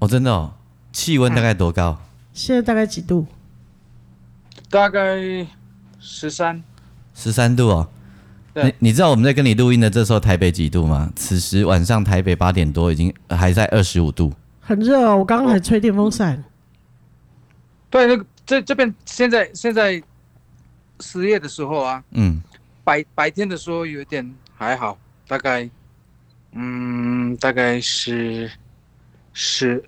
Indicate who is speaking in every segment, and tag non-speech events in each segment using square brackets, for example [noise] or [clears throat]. Speaker 1: 哦，真的哦，气温大概多高？
Speaker 2: 现在大概几度？
Speaker 3: 大概十三，
Speaker 1: 十三度哦。
Speaker 3: 对
Speaker 1: 你你知道我们在跟你录音的这时候台北几度吗？此时晚上台北八点多已经呃还在二十五度，
Speaker 2: 很热哦，我刚刚还吹电风扇。
Speaker 3: 对，那个这这边现在现在十月的时候啊，
Speaker 1: 嗯，
Speaker 3: 白白天的时候有点还好，大概嗯大概是十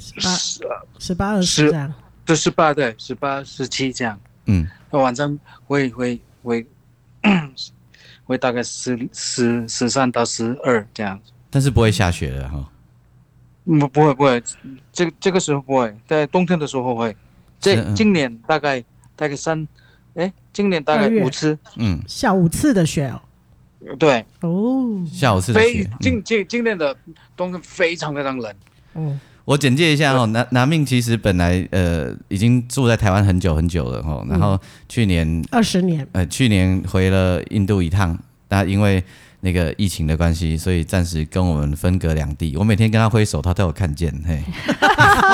Speaker 2: 十八、
Speaker 3: 十
Speaker 2: 十八、二十
Speaker 3: 是
Speaker 2: 这样。
Speaker 3: 就十八对十八十七这样，
Speaker 1: 嗯，
Speaker 3: 那晚上会会会 [coughs] 会大概十十十三到十二这样。
Speaker 1: 但是不会下雪了哈、
Speaker 3: 不不会不会，这这个时候不会，在冬天的时候会。
Speaker 1: 是
Speaker 3: 这
Speaker 1: 嗯
Speaker 3: 今年大概大概三，哎，今年大概
Speaker 2: 二月
Speaker 3: 五次，
Speaker 1: 嗯，
Speaker 2: 下五次的雪哦。
Speaker 3: 对，
Speaker 2: 哦，
Speaker 1: 下午是的
Speaker 3: 非
Speaker 1: 雪。嗯
Speaker 3: 今今今年的冬天非常非常冷。
Speaker 2: 哦，
Speaker 1: 我简介一下哦，南南命其实本来呃已经住在台湾很久很久了哦，然后去年
Speaker 2: 二十年，
Speaker 1: 呃去年回了印度一趟，那因为那个疫情的关系，所以暂时跟我们分隔两地。我每天跟他挥手，他都有看见，嘿。 [laughs]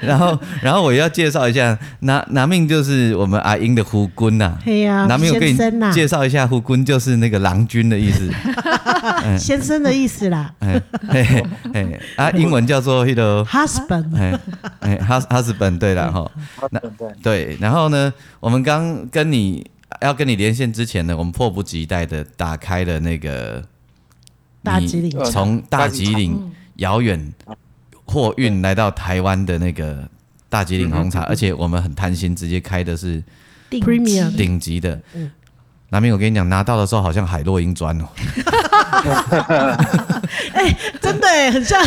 Speaker 1: 然后，然后我要介绍一下，拿拿命就是我们阿英的呼君呐、
Speaker 2: 嘿呀、
Speaker 1: 拿命我给
Speaker 2: 先生呐、
Speaker 1: 你介绍一下，呼君就是那个郎君的意思。
Speaker 2: 先生的意思啦
Speaker 1: 哎嘿嘿，啊，英文叫做 hello，
Speaker 2: ，husband。
Speaker 1: 哎哎，hus husband，对了哈，那
Speaker 3: 对，
Speaker 1: 对，然后呢，我们刚跟你要跟你连线之前呢，我们迫不及待的打开了那个
Speaker 2: 大
Speaker 1: 你
Speaker 2: 吉岭
Speaker 1: 从大
Speaker 3: 大吉
Speaker 1: 吉岭遥远货运来到台湾的那个大吉岭
Speaker 2: 嗯
Speaker 1: 红茶，而且我们很贪心，直接开的是
Speaker 4: 顶
Speaker 2: Premium 嗯
Speaker 4: 级
Speaker 1: 顶级的。南明，我跟你讲，拿到的时候好像海洛因砖哦，
Speaker 2: [laughs] 真的欸很像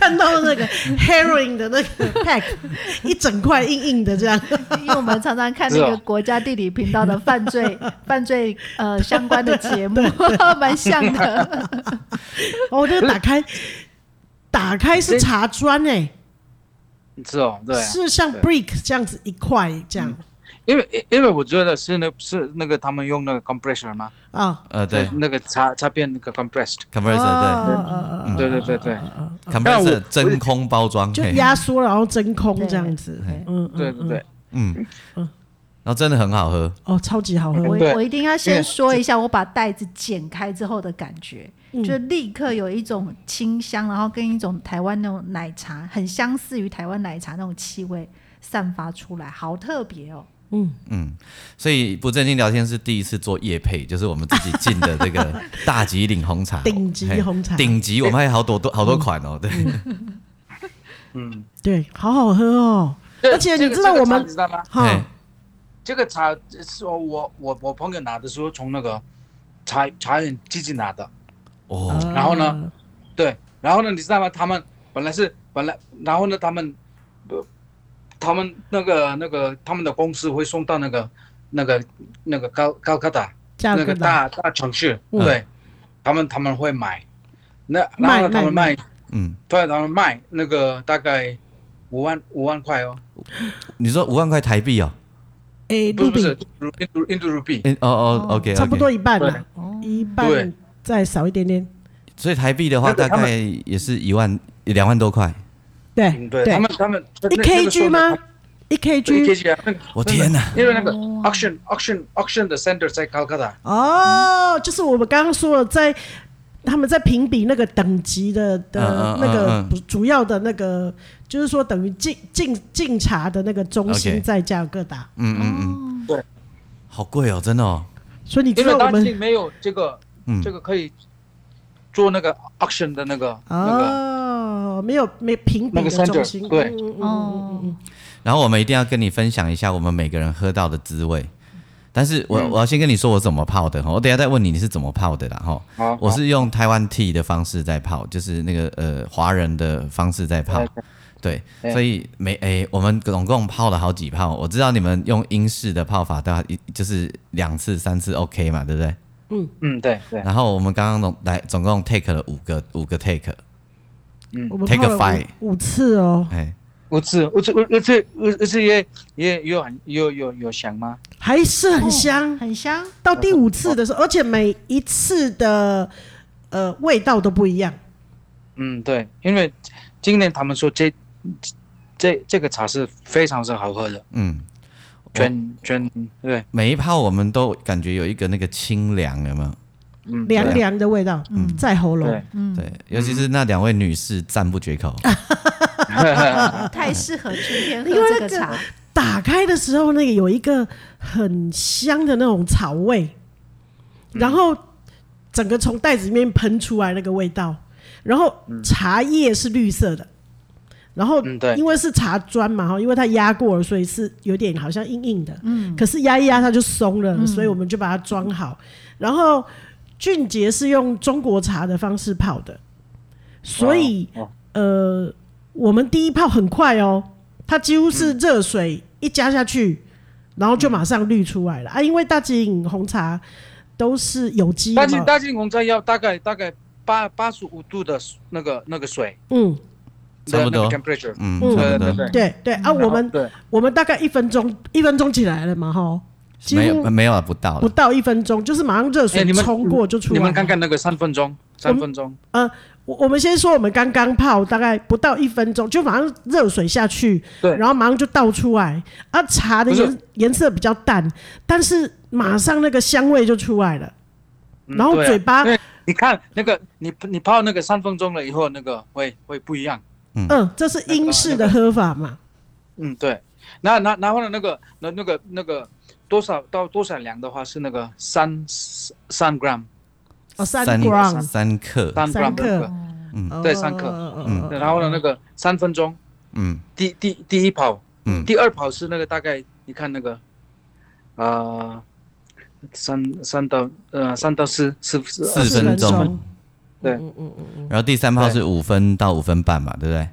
Speaker 2: 看到那
Speaker 3: [laughs]
Speaker 2: 个 heroin 的那个 pack，一整块硬硬的这样。
Speaker 4: [laughs] 因为我们常常看那个国家地理频道的犯罪犯罪呃相关的节目， [laughs] 蛮像的。
Speaker 2: 哦，那个打开，打开是茶砖哎、
Speaker 3: 是哦，对啊，
Speaker 2: 是像 brick 这样子一块这样
Speaker 3: 因为因为我觉得是那是那个他们用那个 compressor 吗？
Speaker 2: 啊。
Speaker 1: 呃，对
Speaker 3: 那个擦擦边那个 compressed。
Speaker 1: ，compressor，
Speaker 2: 哦
Speaker 1: 嗯
Speaker 3: 对对对对
Speaker 1: 对
Speaker 3: 但哎我
Speaker 1: ，compressor 真空包装，
Speaker 2: 就
Speaker 1: 嘿
Speaker 2: 压缩然后真空这样子
Speaker 1: 对对，
Speaker 2: 嗯
Speaker 3: 对
Speaker 2: 嗯
Speaker 3: 对对，
Speaker 1: 嗯，然后真的很好喝，
Speaker 2: 哦，超级好喝
Speaker 4: 我
Speaker 3: 对
Speaker 4: 我一定要先说一下，我把袋子剪开之后的感觉，就立刻有一种清香，然后跟一种台湾那种奶茶很相似于台湾奶茶那种气味散发出来，好特别哦。
Speaker 1: 嗯所以不正经聊天是第一次做夜配，就是我们自己进的这个
Speaker 2: [laughs]
Speaker 1: 大吉岭红茶，
Speaker 2: 顶级红茶
Speaker 1: 嘿顶级，我们还有好多多好多款哦，对，
Speaker 3: 嗯，
Speaker 2: 对，好好喝哦。而且你知道我们
Speaker 3: 知道吗？
Speaker 2: 哈
Speaker 1: 嘿，
Speaker 3: 这个茶是我我我朋友拿的时候从那个茶茶园自己拿的。
Speaker 1: 哦，
Speaker 2: 呃
Speaker 3: 然后呢？对，然后呢，你知道吗？他们本来是本来，然后呢，他们，呃，他们那个那个他们的公司会送到那个那个那个高高科达，
Speaker 2: 价
Speaker 3: 那
Speaker 2: 格
Speaker 3: 个
Speaker 2: 的，
Speaker 3: 大大城市，
Speaker 1: 嗯
Speaker 3: 对，他们他们会买，那然
Speaker 2: 卖
Speaker 3: 后他们
Speaker 2: 卖
Speaker 3: 卖，
Speaker 1: 嗯，
Speaker 3: 对，他们卖那个大概五万五万块哦，
Speaker 1: 你说五万块台币哦？
Speaker 2: 哎，
Speaker 3: 不
Speaker 2: 卢
Speaker 3: 是不
Speaker 2: 比
Speaker 3: 是，卢印度印度卢比，
Speaker 1: 诶哦哦
Speaker 4: 哦
Speaker 1: ，OK，
Speaker 2: 差不多。一半了，
Speaker 4: 哦，
Speaker 2: 一
Speaker 3: 对
Speaker 2: 半再少一点点，
Speaker 1: 所以台币的话，
Speaker 3: 那个
Speaker 1: 大
Speaker 3: 他们
Speaker 1: 概也是一万两万多块。
Speaker 2: 对
Speaker 3: 嗯，对他们他们
Speaker 2: 一 kg 吗？？一
Speaker 3: 一
Speaker 2: kg
Speaker 3: kg 啊！那个
Speaker 1: 我天哪！
Speaker 3: 因为那个
Speaker 4: 哇
Speaker 3: auction auction auction 的 center 在 Calcutta，
Speaker 2: 哦，就是我们刚刚说了，在他们在评比那个等级的
Speaker 1: 嗯
Speaker 2: 的
Speaker 1: 嗯
Speaker 2: 那个
Speaker 1: 嗯嗯
Speaker 2: 不主要的那个，就是说等于敬敬敬茶的那个中心
Speaker 1: OK
Speaker 2: 在加尔各答，
Speaker 1: 嗯嗯嗯，
Speaker 2: 哦
Speaker 4: 嗯，
Speaker 1: 好贵哦，真的哦。
Speaker 2: 所以你知
Speaker 3: 因为
Speaker 2: 道我
Speaker 3: 当
Speaker 2: 们
Speaker 3: 地没有这个
Speaker 1: 嗯
Speaker 3: 这，个可以做那个 auction 的那个那个
Speaker 2: 哦，没有没评比
Speaker 3: 那
Speaker 2: 的
Speaker 3: 个
Speaker 2: 中
Speaker 3: center，
Speaker 2: 心，
Speaker 3: 对
Speaker 2: 嗯，嗯嗯嗯嗯
Speaker 4: 哦
Speaker 2: 嗯，
Speaker 1: 然后我们一定要跟你分享一下我们每个人喝到的滋味。但是
Speaker 3: 嗯
Speaker 1: 我、我要先跟你说我怎么泡的哈，我等一下再问你你是怎么泡的啦哈。
Speaker 3: 好
Speaker 1: 我是用台湾 tea 的方式在泡，就是那个呃华人的方式在泡。对，
Speaker 3: 对
Speaker 1: 所以每诶、我们总共泡了好几泡。我知道你们用英式的泡法，大概一就是两次、三次 OK 嘛，对不对？
Speaker 3: 嗯对对，
Speaker 1: 然后我们刚刚总来总共 take 了五个五个 take，
Speaker 2: 我们
Speaker 1: Take
Speaker 2: 泡
Speaker 1: a
Speaker 2: 了
Speaker 1: five
Speaker 2: 五五次哦，
Speaker 1: 哎、
Speaker 3: 我只我只我我只我我只也也有很有有有想吗？
Speaker 2: 还是很香
Speaker 4: 哦。很香，
Speaker 2: 到第五次的时候，而且每一次的呃味道都不一样。
Speaker 3: 嗯对，因为今年他们说这这这个茶是非常是好喝的，
Speaker 1: 嗯，
Speaker 3: 全全对
Speaker 1: 每一泡我们都感觉有一个那个清凉，有没有？
Speaker 3: 嗯对
Speaker 2: 凉凉的味道，嗯，嗯在喉咙
Speaker 3: 对。
Speaker 1: 对，尤其是那两位女士赞不绝口。
Speaker 4: 太适合春天喝
Speaker 2: 因为
Speaker 4: 这
Speaker 2: 那个
Speaker 4: 个茶，
Speaker 2: 打开的时候，那个有一个很香的那种草味，
Speaker 3: 嗯
Speaker 2: 然后整个从袋子里面喷出来那个味道，然后茶叶是绿色的，然后
Speaker 3: 嗯对
Speaker 2: 因为是茶砖嘛哈，因为它压过了，所以是有点好像硬硬的，嗯，可是压一压它就松了，所以我们就把它装好。然后俊杰是用中国茶的方式泡的，所以
Speaker 3: 哦哦
Speaker 2: 呃，我们第一泡很快哦，它几乎是热水一加下去，然后就马上滤出来了啊，因为大吉岭红茶都是有机
Speaker 3: 大
Speaker 2: 的
Speaker 3: 金
Speaker 2: 嘛，
Speaker 3: 大金红茶要大概大概八八十五度的那个那个水，
Speaker 2: 嗯，
Speaker 1: 差不多
Speaker 3: 的那个 temperature，
Speaker 1: 嗯，
Speaker 2: 嗯
Speaker 1: 差不
Speaker 3: 对
Speaker 1: 多
Speaker 3: 对。
Speaker 2: 对对啊，我们
Speaker 3: 对
Speaker 2: 我们大概一分钟一分钟起来了嘛哈，几
Speaker 1: 没
Speaker 2: 乎
Speaker 1: 有没有啊不到
Speaker 2: 不
Speaker 1: 了，
Speaker 2: 到一分钟，就是马上热水
Speaker 3: 哎你们
Speaker 2: 冲过就出来
Speaker 3: 你
Speaker 2: 了。
Speaker 3: 们看看那个三分钟，三分钟，
Speaker 2: 我我们先说，我们刚刚泡大概不到一分钟，就马上热水下去，
Speaker 3: 对
Speaker 2: 然后马上就倒出来。啊，茶的
Speaker 3: 不是
Speaker 2: 颜颜色比较淡，但是马上那个香味就出来了。
Speaker 3: 嗯
Speaker 2: 然后
Speaker 3: 对啊
Speaker 2: 嘴巴
Speaker 3: 因为你看那个你你泡那个三分钟了以后，那个会会不一样。
Speaker 2: 嗯，这是英式的喝法嘛？
Speaker 3: 嗯，对。那那然后呢，那个那那个那个多少到多少量的话是那个三三 gram
Speaker 2: 哦，三
Speaker 1: 三
Speaker 2: gram，
Speaker 1: 三克，
Speaker 3: 三
Speaker 2: 三
Speaker 3: gram
Speaker 2: 克
Speaker 3: 的那个。对三克
Speaker 2: 嗯
Speaker 3: 然后呢，那个三分钟，
Speaker 1: 嗯
Speaker 3: 第第第一跑，
Speaker 1: 嗯
Speaker 3: 第二跑是那个大概你看那个，呃，三三到呃三到四四四
Speaker 1: 四
Speaker 2: 四
Speaker 1: 分
Speaker 2: 分
Speaker 1: 钟
Speaker 2: 钟，
Speaker 3: 对
Speaker 2: 嗯嗯嗯嗯，
Speaker 1: 然后第三泡是五分到五分半嘛，对不对？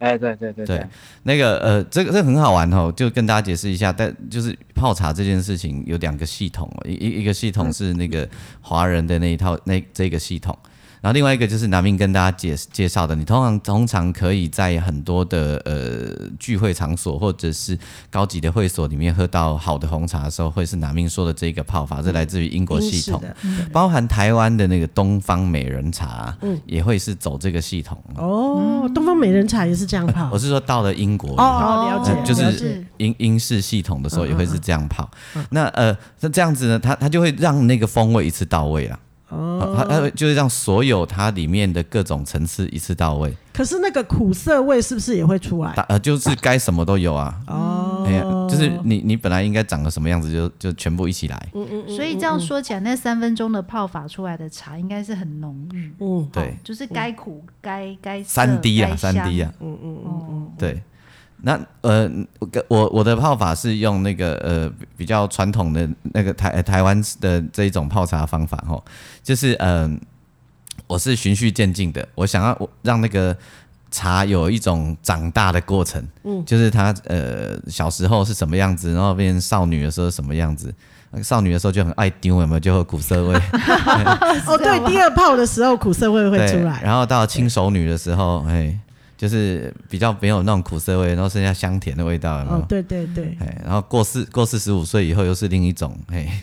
Speaker 3: 哎对对对
Speaker 1: 对，那个呃，这个这个很好玩哦，就跟大家解释一下，但就是泡茶这件事情有两个系统哦，一一一个系
Speaker 2: 嗯
Speaker 1: 统是那个华人的那一套那这个系统，然后另外一个就是南明跟大家介介绍的，你通常通常可以在很多的呃聚会场所或者是高级的会所里面喝到好的红茶的时候，会是南明说的这个泡法，这来自于英国
Speaker 2: 嗯英
Speaker 1: 系
Speaker 2: 式
Speaker 1: 统，
Speaker 2: 的嗯
Speaker 1: 包含台湾的那个东方美人茶，也会是走这个系统。
Speaker 3: 嗯
Speaker 2: 哦，东方美人茶也是这样泡
Speaker 1: 我。是说到了英国以后。
Speaker 2: 哦，了解
Speaker 1: 呃，就
Speaker 2: 了
Speaker 1: 是
Speaker 2: 解嗯
Speaker 1: 英英式系统的时候也会是这样泡。那呃，那这样子呢，它它就会让那个风味一次到位啊。哦，它它会就是让所有它里面的各种层次一次到位，
Speaker 2: 可是那个苦涩味是不是也会出来
Speaker 1: 打？呃就是该什么都有啊。
Speaker 2: 哎哦，
Speaker 1: 哎呀，就是你你本来应该长个什么样子就就全部一起
Speaker 2: 嗯
Speaker 1: 来。
Speaker 4: 所以这样说起来，那三分钟的泡法出来的茶应该是很浓郁，
Speaker 2: 嗯，
Speaker 1: 对，
Speaker 4: 就是该苦该该涩
Speaker 1: 三 D 啊，
Speaker 4: 该
Speaker 1: 三
Speaker 4: 香
Speaker 1: D 啊，
Speaker 2: 嗯
Speaker 4: 哦，
Speaker 1: 对。那呃，我跟我我的泡法是用那个呃比较传统的那个台呃台湾的这一种泡茶方法吼，就是嗯、我是循序渐进的，我想要我让那个茶有一种长大的过程，嗯，就是他呃小时候是什么样子，然后变成少女的时候是什么样子，呃少女的时候就很爱丢，有没有？就会有苦涩味。
Speaker 2: 哦，对，第二泡的时候苦涩 [laughs] 味会
Speaker 1: 对，
Speaker 2: 出来，
Speaker 1: 然后到轻熟女的时候，哎，就是比较没有那种苦涩味，然后剩下香甜的味道，有没有？
Speaker 2: 哦，对对对，
Speaker 1: 哎，然后过四过四十五岁以后又是另一种，哎，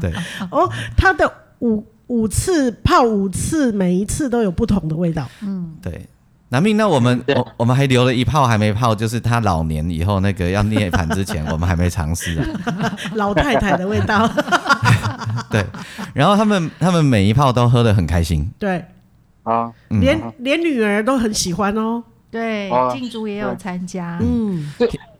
Speaker 1: 对，
Speaker 2: 哦，它的五五次泡五次，每一次都有不同的味
Speaker 3: [laughs]
Speaker 2: 道。
Speaker 3: 嗯
Speaker 1: 对，南命，那我们我我们还留了一泡还没泡，就是他老年以后那个要涅盘之前， [laughs] 我们还没尝试啊。
Speaker 2: 老太太的味
Speaker 3: [laughs]
Speaker 2: 道，
Speaker 1: 对，然后他们他们每一泡都喝得很开心，
Speaker 2: 对，
Speaker 3: 啊，
Speaker 1: 嗯
Speaker 2: 连连女儿都很喜欢哦。
Speaker 4: 对
Speaker 3: 哦，
Speaker 4: 静竹也有参加，
Speaker 2: 嗯，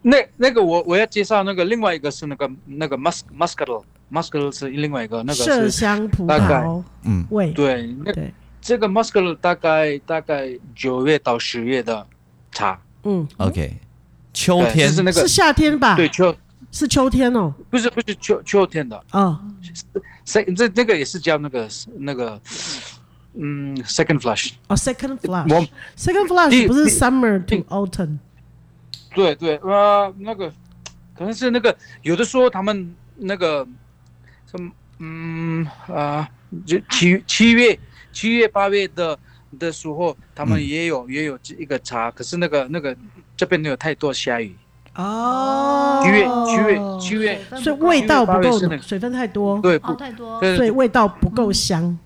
Speaker 3: 那那个我我要介绍那个另外一个是那个那个 mus muscle muscle 是另外一个那
Speaker 2: 麝
Speaker 3: 个是
Speaker 2: 香葡
Speaker 3: 大概
Speaker 2: 萄
Speaker 1: 嗯，
Speaker 2: 味，
Speaker 3: 对那
Speaker 2: 对，
Speaker 3: 这个 muscle 大概大概九月到十月的茶，
Speaker 2: 嗯，
Speaker 1: ，OK，秋
Speaker 3: 对
Speaker 1: 天
Speaker 3: 就是那个
Speaker 2: 是夏天吧？
Speaker 3: 对秋
Speaker 2: 是秋天哦。
Speaker 3: 不是不是秋秋天的，
Speaker 2: 哦，
Speaker 3: second 这那个也是叫那个那个嗯 second flush，
Speaker 2: 哦，second
Speaker 3: 我
Speaker 2: flush，second flush
Speaker 3: 第
Speaker 2: 不是
Speaker 3: 第
Speaker 2: summer
Speaker 3: 第
Speaker 2: to autumn，
Speaker 3: 对对呃那个可能是那个有的说他们那个什么嗯啊就七七月七月八月的的时候，他们
Speaker 1: 嗯
Speaker 3: 也有、也有一个茶，可是那个那个这边没有太多下雨，
Speaker 2: 哦，
Speaker 3: 七月七月七月，
Speaker 2: 所以味道不
Speaker 3: 七月八月
Speaker 2: 够
Speaker 3: 是那，个
Speaker 2: 水分太多，
Speaker 3: 对
Speaker 4: 哦
Speaker 3: 不
Speaker 4: 太多，
Speaker 3: 对
Speaker 2: 所以
Speaker 3: 对
Speaker 2: 味道不够香。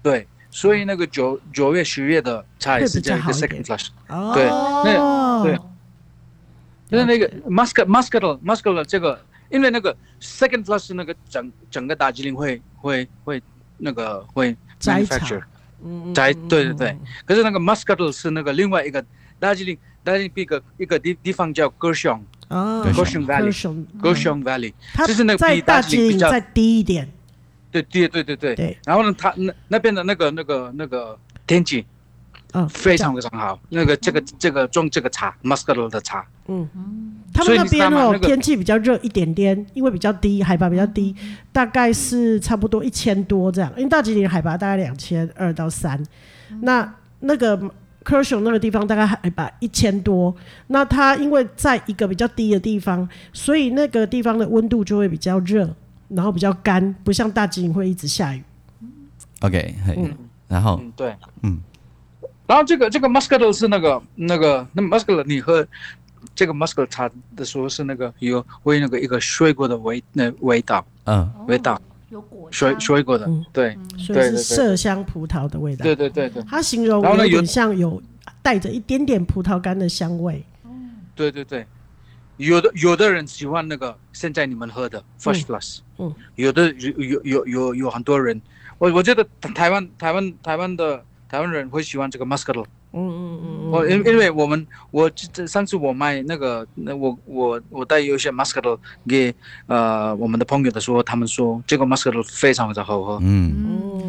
Speaker 3: 对，所以那个九九月十月的茶也
Speaker 2: 会
Speaker 3: 是
Speaker 2: 比
Speaker 3: 这样
Speaker 2: 较
Speaker 3: 一个
Speaker 2: 好一
Speaker 3: second
Speaker 2: 点
Speaker 3: flush。
Speaker 2: 哦，
Speaker 3: 对
Speaker 4: 哦
Speaker 3: 对就是那个 muscle muscle muscle 这个，因为那个 second plus 那个整整个打击林会会会那个会
Speaker 2: 摘
Speaker 3: manufacture
Speaker 2: 茶嗯
Speaker 3: 摘对对对，可是那个 muscle 是那个另外一个大吉林大吉林一个一个地地方叫 Gershon
Speaker 2: 哦
Speaker 1: 高
Speaker 2: ，Gershon
Speaker 3: Gershon Valley
Speaker 2: Gershon，
Speaker 3: Gershon Valley，
Speaker 2: 它
Speaker 3: 就是那个
Speaker 2: 在
Speaker 3: 比
Speaker 2: 大
Speaker 3: 大
Speaker 2: 吉
Speaker 3: 吉林
Speaker 2: 岭
Speaker 3: 比较
Speaker 2: 再低一点，
Speaker 3: 对对对对对
Speaker 2: 对，
Speaker 3: 然后呢，他那那边的那个那个那个天气
Speaker 2: 嗯，
Speaker 3: 非常非常好，那个这个这个种这个茶 muscle 的茶，
Speaker 2: 嗯，
Speaker 4: 嗯
Speaker 2: 他
Speaker 3: 所
Speaker 2: 们
Speaker 3: 以
Speaker 2: 那
Speaker 3: 你知
Speaker 2: 边
Speaker 3: 道吗
Speaker 2: 哦
Speaker 3: 那，个
Speaker 2: 天气比较热一点点，因为比较低，海拔比较低，大概是差不多一千多这样。因为大吉岭海拔大概两千二到三，
Speaker 3: 嗯
Speaker 2: 那那个科雄那个地方大概海拔一千多，那它因为在一个比较低的地方，所以那个地方的温度就会比较热，然后比较干，不像大吉岭会一直下雨。
Speaker 1: ，OK，嘿然
Speaker 2: 哦
Speaker 1: 后
Speaker 3: 嗯，对，
Speaker 1: 嗯。
Speaker 3: 然后这个这个 muscle 是那个那个那 muscle，你喝这个 muscle 茶的时候是那个有会那个一个水果的味那味道
Speaker 1: 嗯，
Speaker 4: 哦
Speaker 3: 味道，
Speaker 4: 有果
Speaker 3: 水
Speaker 4: 香
Speaker 3: 水果的
Speaker 2: 嗯，
Speaker 3: 对
Speaker 2: 所以
Speaker 3: 对
Speaker 2: 是
Speaker 3: 对
Speaker 2: 麝香葡萄的味道。
Speaker 3: 对对对对
Speaker 2: 它形容
Speaker 3: 然后呢
Speaker 2: 有点
Speaker 3: 有
Speaker 2: 像有带着一点点葡萄干的香味。
Speaker 4: 哦
Speaker 3: 对对对，有的有的人喜欢那个现在你们喝的 first plus，
Speaker 2: 嗯
Speaker 3: 有的有有有有有很多人，我我觉得台湾台湾台湾的台湾人会喜欢这个 muscle，
Speaker 2: 嗯嗯
Speaker 3: 我因因为我们我这这上次我卖那个，那我我我带有一些 muscat 给呃我们的朋友的时候，他们说这个 muscat 非常非常好喝。
Speaker 1: 嗯，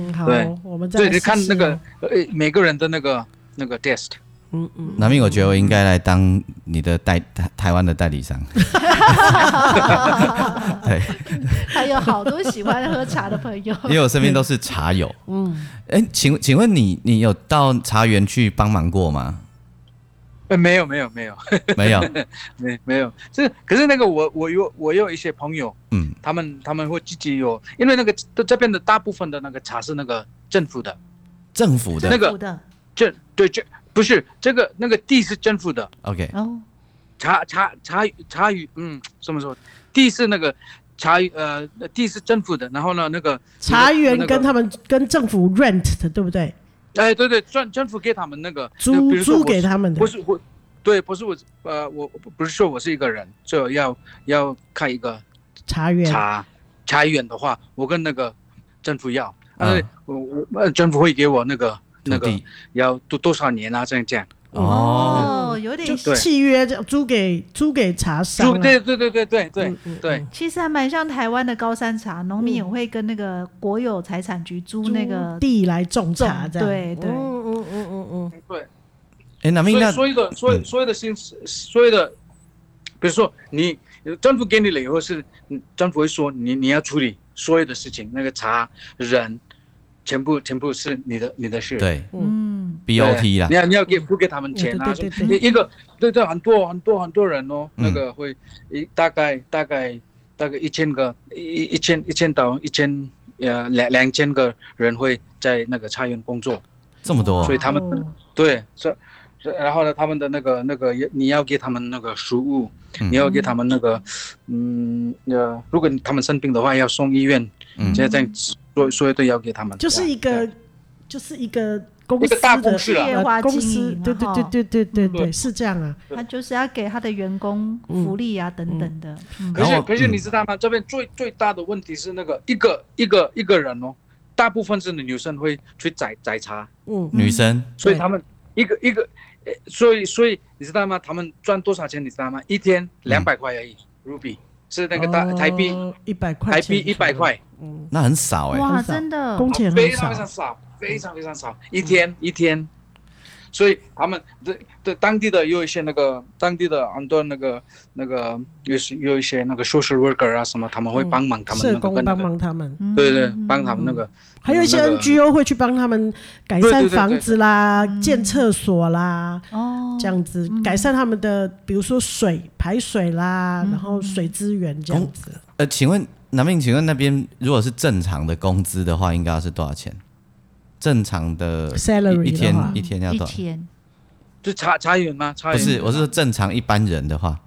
Speaker 2: 嗯，好
Speaker 3: 对，
Speaker 2: 我们再
Speaker 3: 对，
Speaker 2: 来
Speaker 3: 你看
Speaker 2: 试试
Speaker 3: 那个
Speaker 2: 哦，
Speaker 3: 呃每个人的那个那个 test，
Speaker 2: 嗯嗯，
Speaker 1: 南命，我觉得我应该来当你的代台台湾的代理
Speaker 3: [laughs]
Speaker 1: 商， [laughs] 对，
Speaker 4: 还有好多喜欢喝茶的朋友， [laughs]
Speaker 1: 因为我身边都是茶友，嗯，哎，请请问你你有到茶园去帮忙过吗？
Speaker 3: 呃没有没有没有
Speaker 1: 没有，
Speaker 3: 没没有，这可是那个我我有我有一些朋友，
Speaker 1: 嗯，
Speaker 3: 他们他们会自己有，因为那个这这边的大部分的那个茶是那个政府的，
Speaker 1: 政府的
Speaker 3: 那个
Speaker 4: 苦的
Speaker 3: 政对这不是这个那个地是政府的，
Speaker 1: ，OK，
Speaker 4: 哦，
Speaker 3: 茶茶茶语茶语，嗯，怎么说？地是那个茶语，呃，地是政府的，然后呢，那个
Speaker 2: 茶园
Speaker 3: 那个
Speaker 2: 跟他们跟政府 rent 的，对不对？
Speaker 3: 哎，对对，政政府给他们那个
Speaker 2: 租租给
Speaker 3: 他，
Speaker 2: 他们的
Speaker 3: 不，是我，对，不是我，呃，我不是说我是一个人，就要要开一个
Speaker 2: 茶园，
Speaker 3: 茶茶园的话，我跟那个政府要，
Speaker 1: 嗯
Speaker 3: 呃，我我呃政府会给我那个那
Speaker 1: 土
Speaker 3: 个
Speaker 1: 地
Speaker 3: 要多多少年啊，这样这样。
Speaker 1: 哦，
Speaker 4: 哦，有
Speaker 2: 就
Speaker 4: 点
Speaker 3: 对
Speaker 2: 契约这样租给租给茶商
Speaker 3: 租
Speaker 2: 啊，
Speaker 3: 对对对对对对
Speaker 2: 嗯嗯
Speaker 3: 对，
Speaker 4: 其实还蛮像台湾的高山茶，农民也会跟那个国有财产局租那个
Speaker 2: 租地来种
Speaker 4: 种
Speaker 2: 茶，这样，
Speaker 4: 对对，
Speaker 2: 嗯嗯嗯嗯嗯，
Speaker 3: 对。
Speaker 1: 哎，南命
Speaker 3: 所
Speaker 1: 那
Speaker 3: 以所有的所有所有的薪所有的，比如说你政府给你了以后是，嗯政府会说你你要处理所有的事情，那个查人，全部全部是你的你的事。
Speaker 1: 对
Speaker 4: 嗯，
Speaker 3: 对
Speaker 1: BOT 啦
Speaker 3: 你，要你要给付给他们钱啊，
Speaker 2: 嗯对对
Speaker 3: 说
Speaker 2: 对对
Speaker 3: 一个对对很多很多很多人哦，
Speaker 1: 嗯
Speaker 3: 那个会一大概大概大概一千个一一千一千到一千呃两两千个人会在那个茶园工作，
Speaker 1: 这么多
Speaker 3: 所以他们
Speaker 4: 哦
Speaker 3: 对，是，是然后呢，他们的那个那个也你要给他们那个食物，
Speaker 1: 嗯
Speaker 3: 你要给他们那个，嗯呃，如果他们生病的话要送医院，
Speaker 1: 嗯
Speaker 3: 现在这样所所有都要给他们，
Speaker 2: 就是一
Speaker 3: 对
Speaker 2: 个就是一个公
Speaker 3: 一
Speaker 2: 司
Speaker 3: 个
Speaker 2: 的
Speaker 3: 大公司啦
Speaker 2: 呃
Speaker 4: 企业化
Speaker 2: 公
Speaker 4: 经
Speaker 2: 司
Speaker 4: 营
Speaker 2: 对
Speaker 4: 嘛
Speaker 2: 对对对对对
Speaker 3: 嗯
Speaker 2: 对，是这样啊。
Speaker 4: 他就是要给他的员工
Speaker 2: 嗯
Speaker 4: 福利啊等等的，嗯
Speaker 3: 可
Speaker 1: 然后
Speaker 3: 是可是
Speaker 1: 嗯
Speaker 3: 你知道吗？这边最最大的问题是那个一个一个一个人哦，大部分是女生会去摘摘茶，
Speaker 2: 嗯，
Speaker 1: 女生
Speaker 3: 所以他们一个一个，呃所以所以你知道吗？他们赚多少钱？你知道吗？一天
Speaker 2: 嗯
Speaker 3: 两百块而已，Ruby 是那个大台币
Speaker 2: 一百块
Speaker 3: 台
Speaker 2: 哦钱，
Speaker 3: 币一百块，
Speaker 2: 嗯，
Speaker 1: 那很少哎、
Speaker 4: 哇，
Speaker 2: 很少
Speaker 4: 真的，
Speaker 2: 工钱
Speaker 3: 非
Speaker 2: 很
Speaker 3: 常非
Speaker 2: 少，嗯
Speaker 3: 常少，非常非常少，一天一天。所以他们对对当地的有一些那个当地的很多那个那个有些有一些那个 social worker 啊什么，他们会帮忙他
Speaker 2: 嗯
Speaker 3: 们
Speaker 2: 社
Speaker 3: 那个
Speaker 2: 工
Speaker 3: 跟那
Speaker 2: 帮
Speaker 3: 个，
Speaker 2: 忙他们，
Speaker 4: 嗯
Speaker 3: 对对，帮他们
Speaker 2: 嗯
Speaker 3: 那个，
Speaker 2: 还有一些
Speaker 3: 那个
Speaker 2: NGO 会去帮他们改
Speaker 3: 对
Speaker 2: 善
Speaker 3: 对对
Speaker 2: 房
Speaker 3: 对
Speaker 2: 子啦、建厕所啦，啊
Speaker 4: 哦，
Speaker 2: 这样子改善他们的，比如说水排水啦，然后水资源这样子。
Speaker 1: 呃，请问南明，请问那边如果是正常的工资的话，应该是多少钱？正常的
Speaker 2: Salary
Speaker 1: 一一天
Speaker 2: 的话
Speaker 1: 一天要
Speaker 4: 一
Speaker 1: 多少？
Speaker 4: 天
Speaker 3: 就茶茶园吗？茶
Speaker 1: 不
Speaker 3: 园
Speaker 1: 是，我是说正常一般人的话，